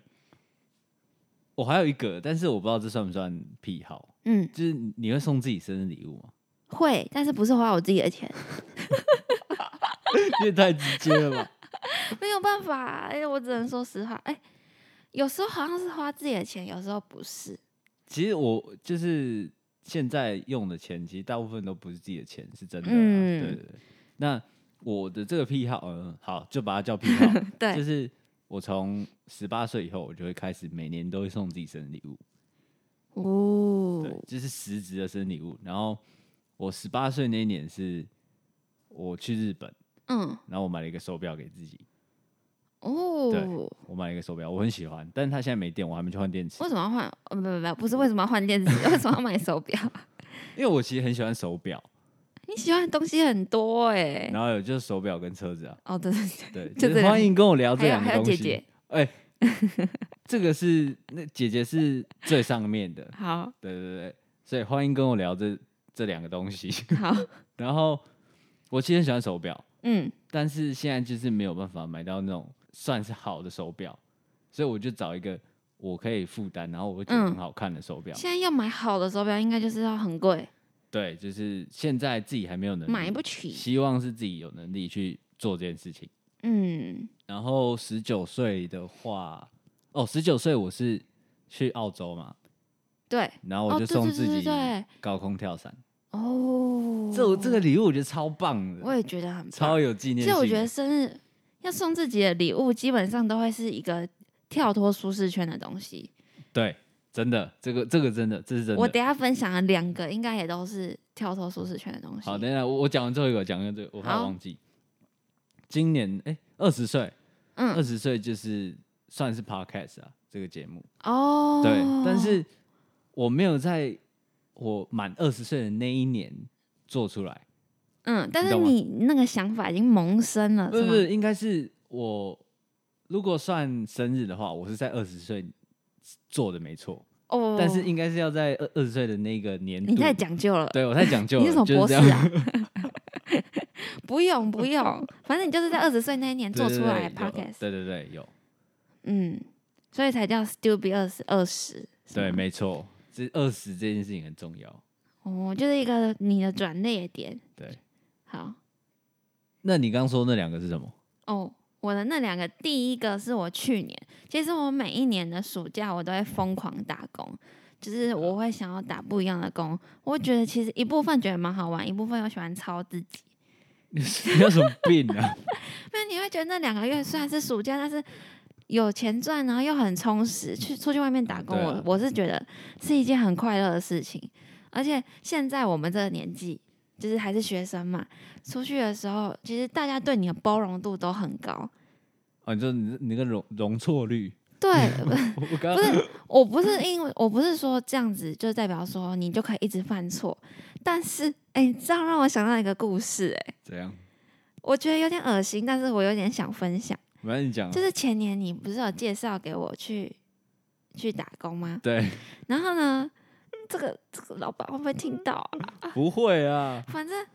我还有一个，但是我不知道这算不算癖好，
嗯，
就是你你会送自己生日礼物吗？
会，但是不是花我自己的钱，
因为太直接了吧？
没有办法、哎、我只能说实话，哎、有时候好像是花自己的钱，有时候不是，
其实我就是现在用的钱，其实大部分都不是自己的钱，是真的、啊。
嗯
对对对。那我的这个癖好，嗯，好，就把它叫癖好，
[LAUGHS] 对
就是我从十八岁以后，我就会开始每年都会送自己生日礼物，
哦
对，就是实质的生日礼物。然后我十八岁那一年是我去日本，
嗯，
然后我买了一个手表给自己。
哦，
我买了一个手表，我很喜欢，但是它现在没电，我还没去换电池
为。什么要换？呃，不不不，不是为什么要换电池？为什么要买手表？ [LAUGHS]
因为我其实很喜欢手表，
你喜欢的东西很多哎、
然后有就是手表跟车子啊，
哦，对对对，就
对，就
这
是
两
欢迎跟我聊这
还有
两个
还有
东西。
姐
[LAUGHS]
姐，
哎、这个是那姐姐是最上面的，
好
对对对，所以欢迎跟我聊这这两个东西。 [LAUGHS]
好，
然后我其实很喜欢手表， [LAUGHS]
嗯，
但是现在就是没有办法买到那种算是好的手表，所以我就找一个我可以负担，然后我会觉得
嗯
很好看的手表。
现在要买好的手表，应该就是要很贵，
对，就是现在自己还没有能力
买不起，
希望是自己有能力去做这件事情。
嗯，
然后十九岁的话，哦，十九岁我是去澳洲嘛，
对，
然后我就
哦对
送
对
自
对
己
对对
高空跳伞，
哦，
这我这个礼物我觉得超棒
我
的，
也觉得很棒
超有纪念
其实
性。
我觉得生日要送自己的礼物，基本上都会是一个跳脱舒适圈的东西。
对，真的，这个这个真的，这是真
我
的。
等一下分享的两个，应该也都是跳脱舒适圈的东西。
好，等一下我我讲完最后一个，我讲完最后一个，我怕
好
我忘记。今年哎，二十岁，二
嗯，
十岁就是算是 podcast 啊，这个节目。
哦，
对，但是我没有在我满二十岁的那一年做出来，
嗯，但是
懂吗
你那个想法已经萌生了，
不是
啊是
不
吗？
是，应该是我如果算生日的话，我是在二十岁做的没错，
哦，
但是应该是要在二二十岁的那个年
你
度。
太讲究了。
对我太讲究
你
了，
是什么
就是
博士
这样
啊？不用不用，反正你就是在二十岁那一年 [LAUGHS] 做出来的 podcast，
对对对，有对对对有
嗯，所以才叫 Stupid 二十二十，是
对，
吗
没错，这二十这件事情很重要。
哦，就是一个你的转捩点。
对，
好
那你刚说那两个是什么？
哦，我的那两个，第一个是我去年，其实我每一年的暑假我都会疯狂打工，就是我会想要打不一样的工。我觉得其实一部分觉得蛮好玩，一部分又喜欢抄自己。
[LAUGHS] 你有什么病啊？ [LAUGHS]
那你会觉得那两个月虽然是暑假，但是有钱赚，然后又很充实。去出去外面打工，
对
我、
啊
我是觉得是一件很快乐的事情。而且现在我们这个年纪，就是还是学生嘛，出去的时候，其实大家对你的包容度都很高。
哦，你说你那个容容错率， [LAUGHS]
对，
我我刚
不是，我不是因为我不是说这样子就代表说你就可以一直犯错，但是哎、这样让我想到一个故事、哎，
怎样？
我觉得有点恶心，但是我有点想分享。
反正你讲啊，
就是前年你不是有介绍给我去去打工吗？
对，
然后呢，这个这个老板会不会听到啊、
不会啊，
反正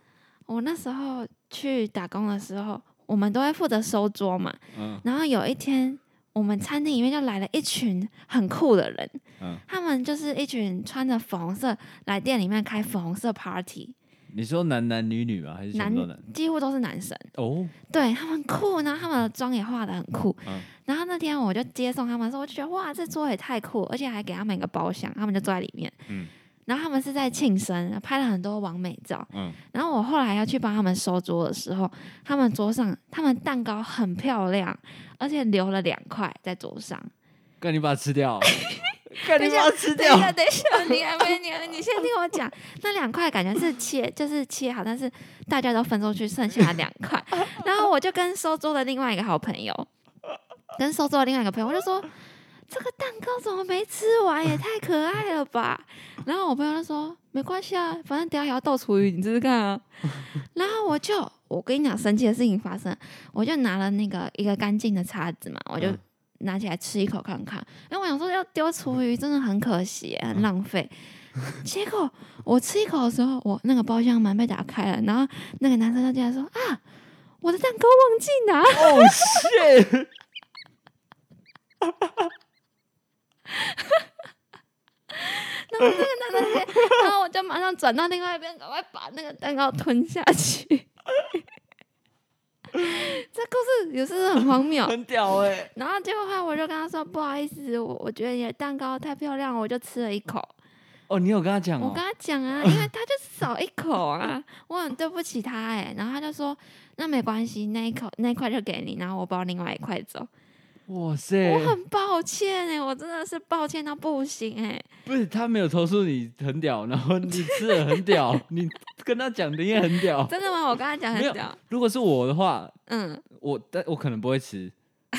我那时候去打工的时候，我们都会负责收桌嘛。
嗯
然后有一天，我们餐厅里面就来了一群很酷的人，
嗯，
他们就是一群穿着粉红色来店里面开粉红色 party，
你说男男女女吗？还是全部都男？
几乎都是男生。
哦，
对他们酷，然后他们的妆也化的很酷。
嗯
然后那天我就接送他们的时候，我就觉得哇，这桌也太酷，而且还给他们一个包厢，他们就坐在里面。
嗯
然后他们是在庆生，拍了很多完美照。
嗯，
然后我后来要去帮他们收桌的时候，他们桌上他们蛋糕很漂亮，而且留了两块在桌上。
干你把它吃掉，干你
等一
把它
下
吃
等一
掉， [LAUGHS]
下，等一下，你还没你还你先听我讲，那两块感觉是切，就是切好，但是大家都分出去，剩下两块。然后我就跟收桌的另外一个好朋友，跟收桌的另外一个朋友，我就说这个蛋糕怎么没吃完，也太可爱了吧。然后我朋友就说没关系啊，反正等一下也要倒厨余，你试试看
[LAUGHS]
啊。然后我就我跟你讲，神奇的事情发生了，我就拿了那个一个干净的叉子嘛，我就
嗯
拿起来吃一口看看。因为我想说要丢厨余真的很可惜，很浪费。结果我吃一口的时候，我那个包厢门被打开了，然后那个男生就进来说啊，我的蛋糕忘记拿。
哦 shit！
然后那个男生就，然后我就马上转到另外一边，赶快把那个蛋糕吞下去。这故事也是很荒
[LAUGHS]
谬，
很屌哎、欸，
然后结果后来我就跟他说不好意思，我我觉得你的蛋糕太漂亮了，我就吃了一口。
哦，你有跟他讲
我
哦
跟，他讲
[LAUGHS]
啊，因为他就少一口啊，我很对不起他哎、然后他就说那没关系，那一口那一块就给你，然后我包另外一块走。
哇塞
我，很抱歉哎、我真的是抱歉到不行哎、
不是他没有投诉你很屌，然后你吃的很
[LAUGHS]
屌，你跟他讲的也很屌。
真的吗？我跟他讲
哦没
很
有
屌，
如果是我的话，
嗯，
我但我可能不会吃。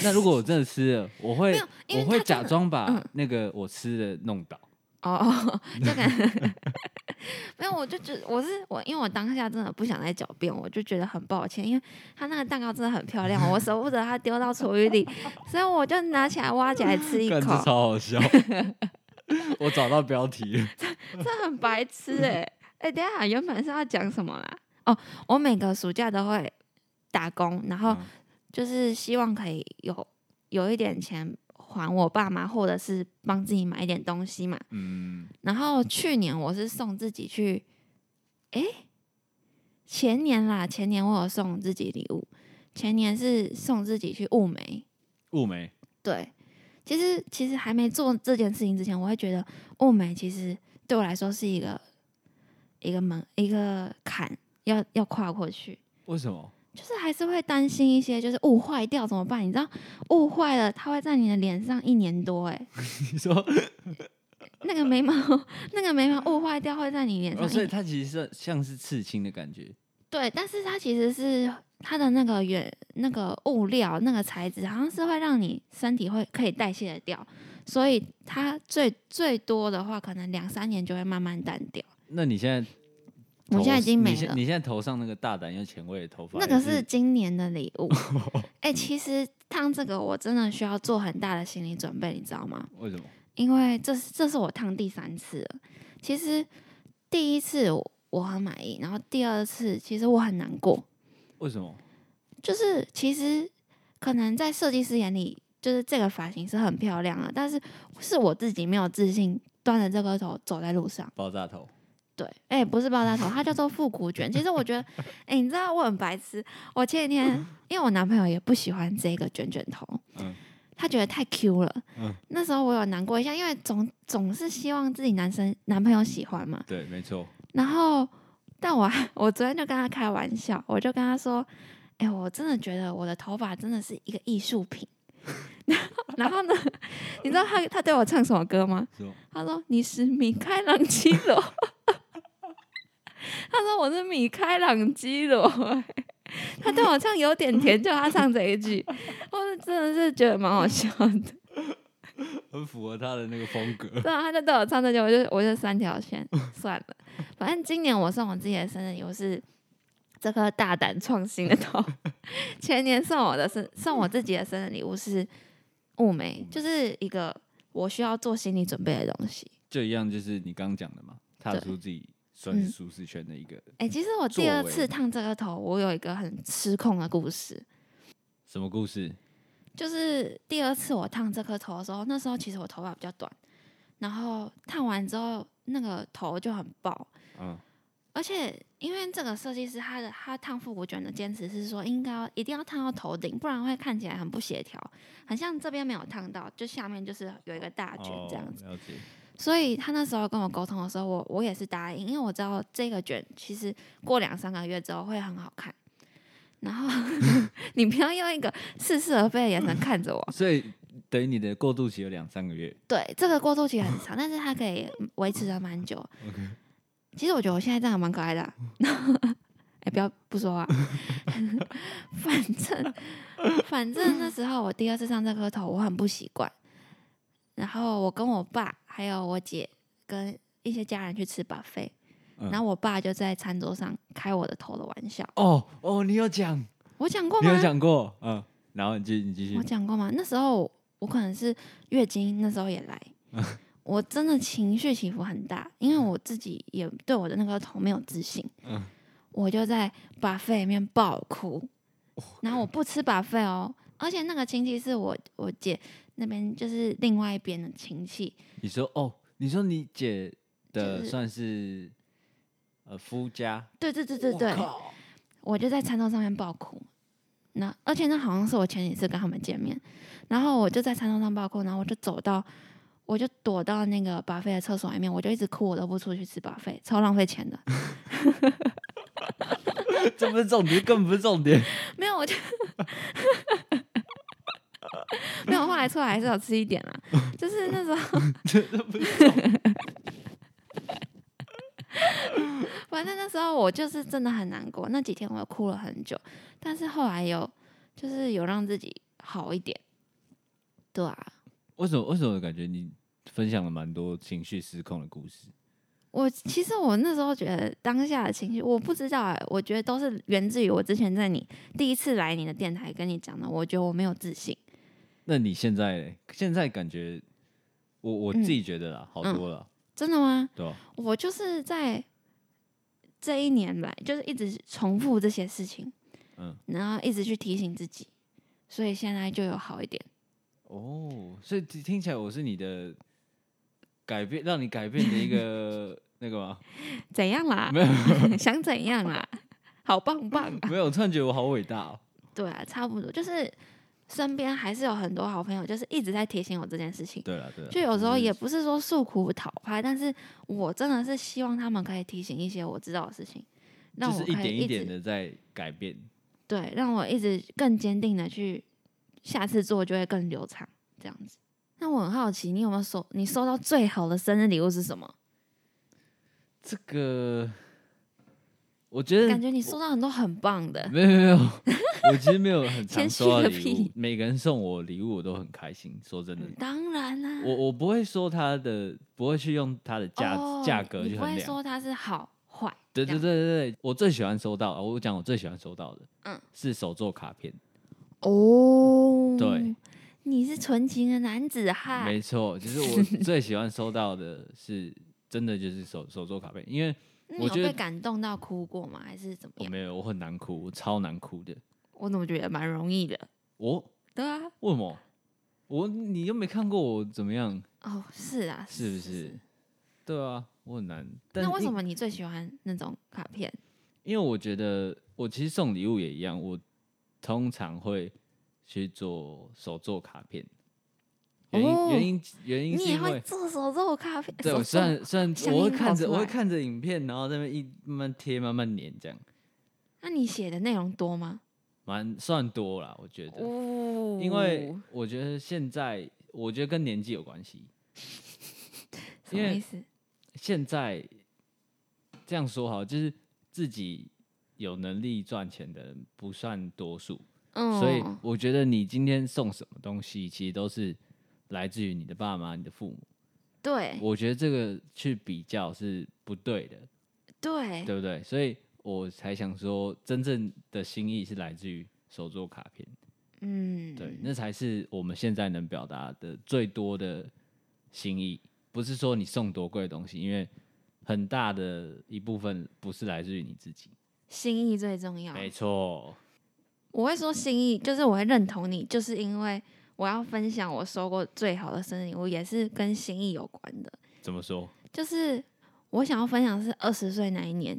那如果我真的吃了，我会
没有因为
我会
他真
假
的
装把
嗯
那个我吃的弄倒。 [LAUGHS]
哦，就感觉 [LAUGHS] 没有，我就觉得我是我，因为我当下真的不想再狡辩，我就觉得很抱歉，因为他那个蛋糕真的很漂亮，
[LAUGHS]
我舍不得它丢到厨余里，所以我就拿起来挖起来吃一
干这
口，
超好
[LAUGHS]
笑。我找到标题了，
这 [LAUGHS] 很白痴哎、欸、哎、等一下原本是要讲什么啦？哦，我每个暑假都会打工，然后
嗯
就是希望可以有有一点钱还我爸妈，或者是帮自己买一点东西嘛。
嗯，
然后去年我是送自己去，诶，前年啦，前年我有送自己礼物，前年是送自己去雾眉。
雾眉，
对，其实其实还没做这件事情之前，我会觉得雾眉其实对我来说是一个一个门一个坎，要要跨过去。
为什么？
就是还是会担心一些，就是雾坏掉怎么办？你知道雾坏了，它会在你的脸上一年多、诶，
你说，
嗯那个眉毛， [LAUGHS] 那个眉毛雾坏掉会在你脸上
哦，
一
所以它其实是像是刺青的感觉，
对，但是它其实是它的那个原那个物料那个材质，好像是会让你身体会可以代谢的掉，所以它最最多的话，可能两三年就会慢慢淡掉。
那你现在头，
我现在已经没
哦你现
了
你现在头上那个大胆又前卫的头发，
那个
也
是
是
今年的礼
[LAUGHS]
物。哎、其实烫这个我真的需要做很大的心理准备，你知道吗？
为什么？
因为这是这是我烫第三次了。其实第一次我我很满意，然后第二次其实我很难过，
为什么？
就是其实可能在设计师眼里，就是这个发型是很漂亮的，但是是我自己没有自信，端着这个头走在路上。
爆炸头，
对，哎、不是爆炸头，它叫做复古卷。其实我觉
[LAUGHS]
得，哎、你知道我很白痴，我前几天因为我男朋友也不喜欢这个卷卷头，
嗯
他觉得太 Q 了。
嗯
那时候我有难过一下，因为总总是希望自己男生男朋友喜欢嘛。
对，没错，
然后，但我还 [LAUGHS] 我昨天就跟他开玩笑，我就跟他说：“哎、我真的觉得我的头发真的是一个艺术品。” [LAUGHS] 然后，然后呢？你知道他他对我唱什么歌吗？
是吗？
他说：“你是米开朗基罗。” [LAUGHS] 他说：“我是米开朗基罗。” [LAUGHS] 他对我 [LAUGHS] 唱有点甜，就他唱这一句，我是真的是觉得蛮好笑的。
很符合他的那个风格。
[LAUGHS] 对啊，他就对我唱这句，我就我就三条
[LAUGHS]
线，算了。反正今年我送我自己的生日礼物是这颗大胆创新的头。 [LAUGHS] 前年送我的生送我自己的生日礼物是雾眉，
嗯
就是一个我需要做心理准备的东西。
就一样，就是你刚刚讲的嘛，踏
对
出自己算是
嗯
舒适圈的一个、
哎、其实我第二
作为
次烫这个头，我有一个很失控的故事。
什么故事？
就是第二次我烫这颗头的时候，那时候其实我头发比较短，然后烫完之后那个头就很爆，
嗯，
而且因为这个设计师他的他烫复古卷的坚持是说，应该要一定要烫到头顶，不然会看起来很不协调，很像这边没有烫到，就下面就是有一个大卷这样子。
哦、了解。
所以他那时候跟我沟通的时候，我我也是答应，因为我知道这个卷其实过两三个月之后会很好看。然后你不要用一个似是而非的眼神看着我，
[LAUGHS] 所以等于你的过渡期有两三个月，
对，这个过渡期很长，但是它可以维持的蛮久。其实我觉得我现在这样蛮可爱的、啊。哎、不要不说话。 [LAUGHS] 反正反正那时候我第二次上这颗头，我很不习惯。然后我跟我爸还有我姐跟一些家人去吃 buffet，、
嗯
然后我爸就在餐桌上开我的头的玩笑。
哦哦，你有讲，
我讲过
你
吗？
有讲过，嗯，然后你继你继续
我，讲过吗？那时候我我可能是月经，那时候也
[LAUGHS]
来，我真的情绪起伏很大，因为我自己也对我的那个头没有自信，
嗯，
我就在把肺里面爆哭，然后我不吃把肺哦，而且那个亲戚是我我姐那边就是另外一边的亲戚，
你说哦，你说你姐的
就是
算是呃夫家，
对对对对对
我，靠
我就在餐桌上面爆哭。那而且那好像是我前几次跟他们见面，然后我就在餐桌上爆哭，然后我就走到，我就躲到那个巴菲的厕所里面，我就一直哭，我都不出去吃巴菲，超浪费钱的。 [LAUGHS]
这不是重点，更不是重点，
没有，我就没有，后来出来还是有吃一点啦，就是那时候，
这这不是重点，
反正那时候我就是真的很难过，那几天我哭了很久，但是后来有就是有让自己好一点，对啊，
[LAUGHS] 为什么为什么感觉你分享了蛮多情绪失控的故事？
我其实我那时候觉得当下的情绪，我不知道哎、我觉得都是源自于我之前在你第一次来你的电台跟你讲的，我觉得我没有自信。
那你现在嘞现在感觉，我我
嗯
自己觉得啦，好多了，
真的吗？
对吧？
我就是在这一年来，就是一直重复这些事情，
嗯，
然后一直去提醒自己，所以现在就有好一点。
哦，所以听听起来我是你的改变，让你改变的
[LAUGHS]
一个那个吗？
怎样啦？
没有
[LAUGHS]
嗯
想怎样啦？好棒棒啊！
没有，我突然觉得我好伟大哦。
对啊，差不多，就是身边还是有很多好朋友，就是一直在提醒我这件事情。
对嗯了对了，
就有时候
是
也不是说诉苦讨拍，但是我真的是希望他们可以提醒一些我知道的事情，让
就
我
是
可
一
以
点一
直
点的在改变。
对，让我一直更坚定的去，下次做就会更流畅这样子。那我很好奇，你有没有收你收到最好的生日礼物是什么？
这个，我觉得
感觉你收到很多很棒的，
嗯 [LAUGHS] 没有没有，我其实没有很常
谦虚
收到
个
礼物
屁，
每个人送我礼物我都很开心。说
[LAUGHS]
真的，
当然啦、
我我不会说它的，不会去用它的价
哦
价格
你
去
不
衡
会
量。
说它是好坏，
对对
这样
对对对，我最喜欢收到，呃我讲我最喜欢收到的，
嗯
是手作卡片，
哦，
对，
你是纯情的男子汉，
没错，就是我最喜欢收到的是真的就是手手作卡片，因为
那
我
你有
觉得
被感动到哭过吗？还是怎么
我
样？
没有，我很难哭，我超难哭的，
我怎么觉得蛮容易的？
我
对啊，
为什么？我你又没看过我怎么样，
哦，是啊，
是不是？对啊，我很难。但
那为
因
什么你最喜欢那种卡片？
因为我觉得我其实送礼物也一样，我通常会去做手作卡片。原因、
哦
原因原因
你
是
也
因
会
为
做手做咖啡？
对，
手
我虽
做
然虽然
像
我会
樱
看
桃
着
出
我会
来
看着影片，然后在那边一慢慢贴慢慢粘这样，
那你写的内容多吗？
蛮算多啦，我觉得。
哦
因为我觉得现在，我觉得跟年纪有关系。
什么意思？
现在这样说好，就是自己有能力赚钱的人不算多数，
嗯
所以我觉得你今天送什么东西，其实都是来自于你的爸妈、你的父母。
对
我觉得这个去比较是不对的，
对
对不对？所以我才想说，真正的心意是来自于手作卡片，
嗯，
对，那才是我们现在能表达的最多的心意。不是说你送多贵的东西，因为很大的一部分不是来自于你自己。
心意最重要。
没错，
我会说心意，就是我会认同你，就是因为我要分享我收过最好的生日礼物，也是跟心意有关的。
怎么说？
就是我想要分享的是二十岁那一年，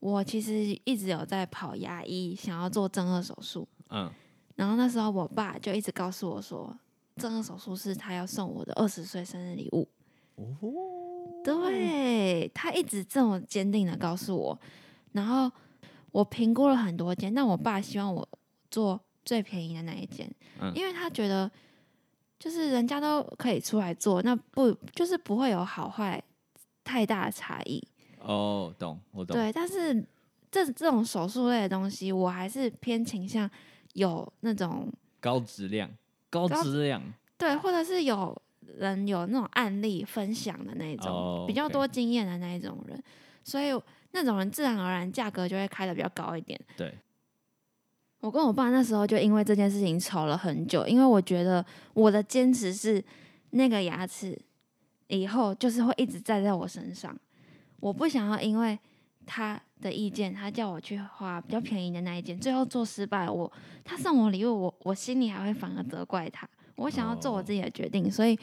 我其实一直有在跑牙医，想要做正颌手术。
嗯，
然后那时候我爸就一直告诉我说，正颌手术是他要送我的二十岁生日礼物。
哦，
对他一直这么坚定的告诉我，然后我评估了很多间，但我爸希望我做最便宜的那一间，
嗯
因为他觉得就是人家都可以出来做，那不就是不会有好坏太大的差异。
哦，懂，我懂。
对，但是这这种手术类的东西，我还是偏倾向有那种
高质量，高
高
质量，
对，或者是有人有那种案例分享的那一种
哦
比较
OK
多经验的那一种人，所以那种人自然而然价格就会开的比较高一点。
对，
我跟我爸那时候就因为这件事情吵了很久，因为我觉得我的坚持是那个牙齿以后就是会一直站在我身上，我不想要因为他的意见，他叫我去花比较便宜的那一件，最后做失败，我他送我礼物，我我心里还会反而责怪他。我想要做我
哦
自己的决定，所以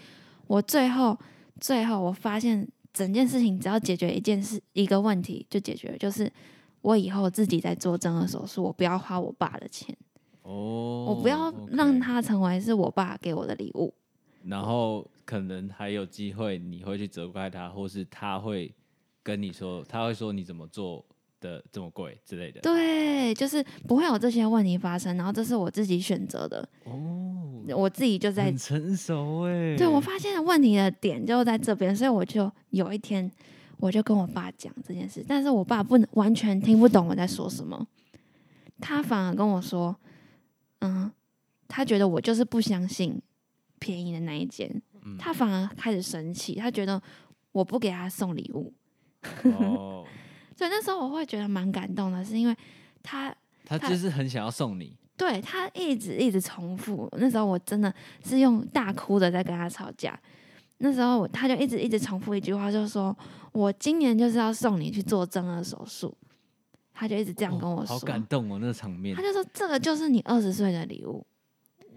我最后最后我发现整件事情只要解决一件事一个问题就解决了，就是我以后自己在做正颌手术，我不要花我爸的钱，
哦，
我不要
OK
让它成为是我爸给我的礼物。
然后可能还有机会，你会去责怪他，或是他会跟你说，他会说你怎么做的这么贵之类的。
对，就是不会有这些问题发生，然后这是我自己选择的，
哦，
我自己就在
很成熟哎。
对我发现问题的点就在这边，所以我就有一天我就跟我爸讲这件事，但是我爸不能完全听不懂我在说什么，他反而跟我说，嗯，他觉得我就是不相信便宜的那一间，
嗯
他反而开始生气，他觉得我不给他送礼物，
哦，
所以那时候我会觉得蛮感动的，是因为 [LAUGHS] 他
他就是很想要送你，
对他一直一直重复，那时候我真的是用大哭的在跟他吵架。那时候我他就一直一直重复一句话，就说：“我今年就是要送你去做正颌手术。”他就一直这样
哦
跟我说，
好感动哦，那个场面
他。就说：“这个就是你二十岁的礼物。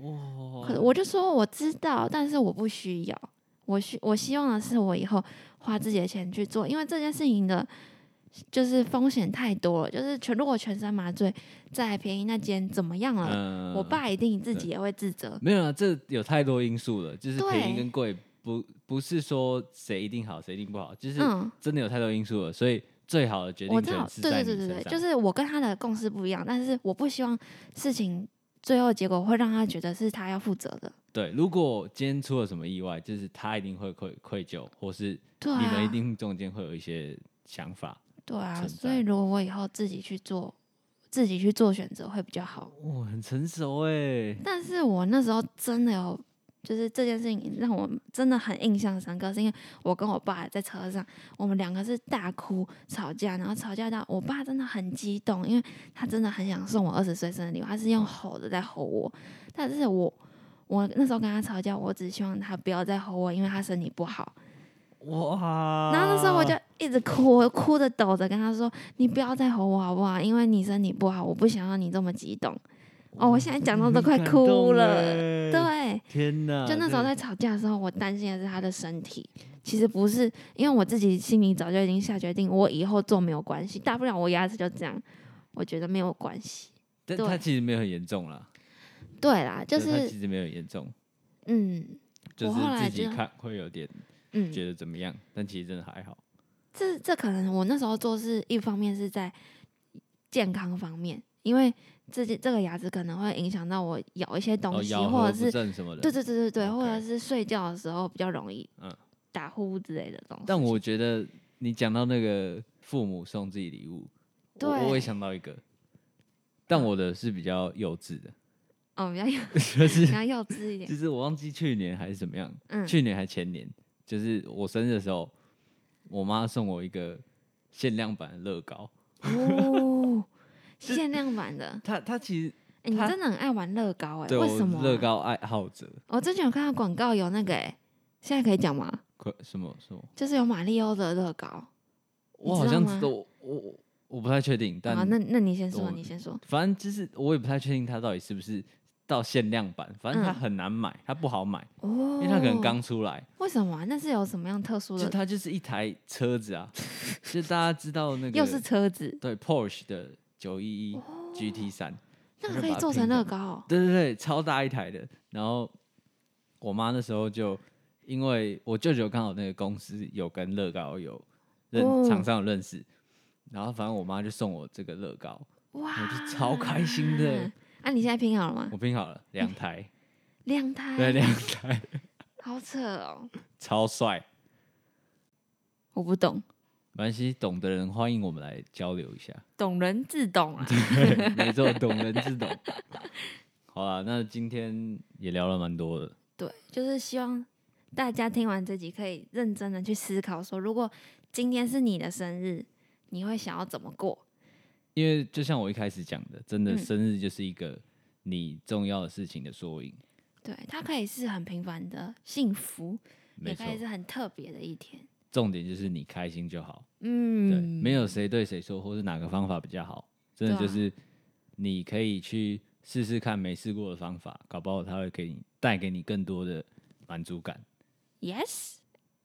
哇
可我就说：“我知道，但是我不需要。我需我希望的是我以后花自己的钱去做，因为这件事情的。”就是风险太多了，就是全如果全身麻醉再便宜那间怎么样了？
嗯
我爸一定自己
对
也会自责。
没有啊，这有太多因素了，就是便宜
对
跟贵，不不是说谁一定好，谁一定不好，就是
嗯，
真的有太多因素了，所以最好的决
我
定
知
权
道，
是
对
在
对对
你身
对
上
对，。就是我跟他的共识不一样，但是我不希望事情最后结果会让他觉得是他要负责的。
对，如果今天出了什么意外，就是他一定会愧愧疚，或是
对
你们一
啊，
定中间会有一些想法。
对啊，
存
所以
在
如果我以后自己去做，自己去做选择会比较好。
哇、很成熟哎，
但是我那时候真的有，就是这件事情让我真的很印象深刻，是因为我跟我爸在车上，我们两个是大哭吵架，然后吵架到我爸真的很激动，因为他真的很想送我二十岁生日礼物，他是用吼的在吼我，但是我我那时候跟他吵架，我只希望他不要再吼我，因为他身体不好。
哇！
然后那时候我就一直哭，我哭着抖着跟他说：“你不要再吼我好不好？因为你身体不好，我不想要你这么激动。”哦，我现在讲到都
[LAUGHS]
快哭了。
对，
对，
欸天哪！
就那时候在吵架的时候，我担心的是他的身体，其实不是，因为我自己心里早就已经下决定，我以后做没有关系，大不了我牙齿就这样，我觉得没有关系。
这，
对
但他其实没有很严重啦，
对啦，就
对他
是
其实没有很严重，
嗯
就是
后来
自己
就
看会有点
嗯，
觉得怎么样，但其实真的还好。
这这可能我那时候做是一方面是在健康方面，因为这这个牙齿可能会影响到我咬一些东
哦，
西，
咬
或
合
者
不
是
正什么的。
对对对对对，
OK
或者是睡觉的时候比较容易
嗯
打呼之类的东西。
但我觉得你讲到那个父母送自己礼物，我
对嗯
我也想到一个，但我的是比较幼稚的。 [LAUGHS]
哦，比较幼
就是
比较幼稚一点
就，是我忘记去年还是怎么样，
嗯，
去年还前年，就是我生日的时候，我妈送我一个限量版的乐高。 [LAUGHS]
哦，限量版的，
她她其实
哎你
它
真的很爱玩乐高哎、
对我
为什么、
乐，高爱好者，
我之前有看到广告有那个哎、现在可以讲吗？
可什么什么，
就是有马里奥的乐高。你
我
知
好
道
像
吗
知道，我我我不太确定，但
啊，那那你先说，
我
你先说。
反正就是我也不太确定它到底是不是到限量版，反正它
嗯
很难买，它不好买，
哦，
因为它可能刚出来，
为什么、啊？那是有什么样特殊
就
的？
它就是一台车子啊，就大家知道那个
又是车子，
对 Porsche 的九一一 GT 三，
那
就
个可以
把它
做成
拼
乐
成
高、哦。
对对对，超大一台的。然后我妈那时候就因为我舅舅刚好那个公司有跟乐高有认
哦
厂、商有认识，然后反正我妈就送我这个乐高，
哇，
我就超开心的。
[LAUGHS] 啊，你现在拼好了吗
我？拼好了两
[LAUGHS]
台，
两台，
对，两台，
好扯
[LAUGHS]
哦，
超帅。
我不懂，
没关系，懂的人欢迎我们来交流一下。
懂人自懂啊。 [LAUGHS]
对，没错，懂人自懂。好啦，那今天也聊了蛮多的。
对，就是希望大家听完这集可以认真的去思考说，如果今天是你的生日，你会想要怎么过？
因为就像我一开始讲的，真的
嗯
生日就是一个你重要的事情的缩影，
对，它可以是很平凡的幸福，也
没错
可。以是很特别的一天。
重点就是你开心就好，
嗯，
对，没有谁对谁错，或是哪个方法比较好，真的
对
就
啊
是你可以去试试看没试过的方法，搞不好它会给你带给你更多的满足感。
Yes，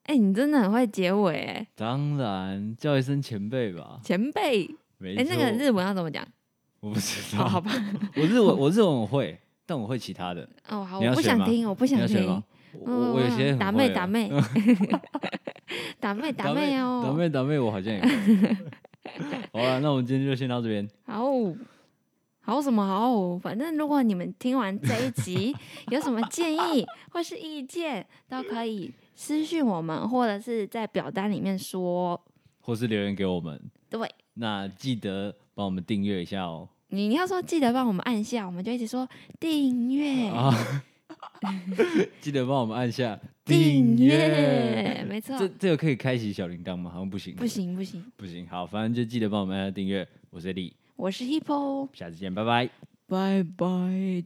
哎、你真的很会结尾哎、
当然，叫一声前辈吧，
前辈。
没
哎、
错。
那个日文要怎么
[LAUGHS]
讲？
我不知
哦，
道，
好吧，
[LAUGHS] 我日文我日文我会，但我会其他的，
哦，好，
你要
我不
学
想
吗
听，我不
你
想
要学
听。
吗？我我我
嗯
有些很
打
会
妹
哦
打妹
[LAUGHS]
打妹打妹哦，
打妹打妹，我好像
[LAUGHS]
也会。好了，那我们今天就先到这边。
好哦，好什么好哦？反正如果你们听完这一 [LAUGHS] 集有什么建议或是意见，都可以私信我们，或者是在表单里面说。
或是留言给我们。
对，
那记得帮我们订阅一下哦。
你你要说记得帮我们按下，我们就一直说订阅。
啊， [LAUGHS] 记得帮我们按下
[LAUGHS] 订阅，没错，
这这个可以开启小铃铛吗？好像不行，
不，行不行，
不行。好，反正就记得帮我们按下订阅。我是李，
我是 Hippo，
下次见，拜拜。
拜拜，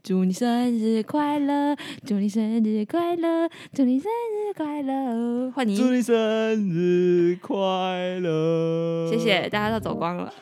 祝你生日快乐，祝你生日快乐，祝你生日快乐，换你，
祝你生日快乐！
谢谢，大家都走光了。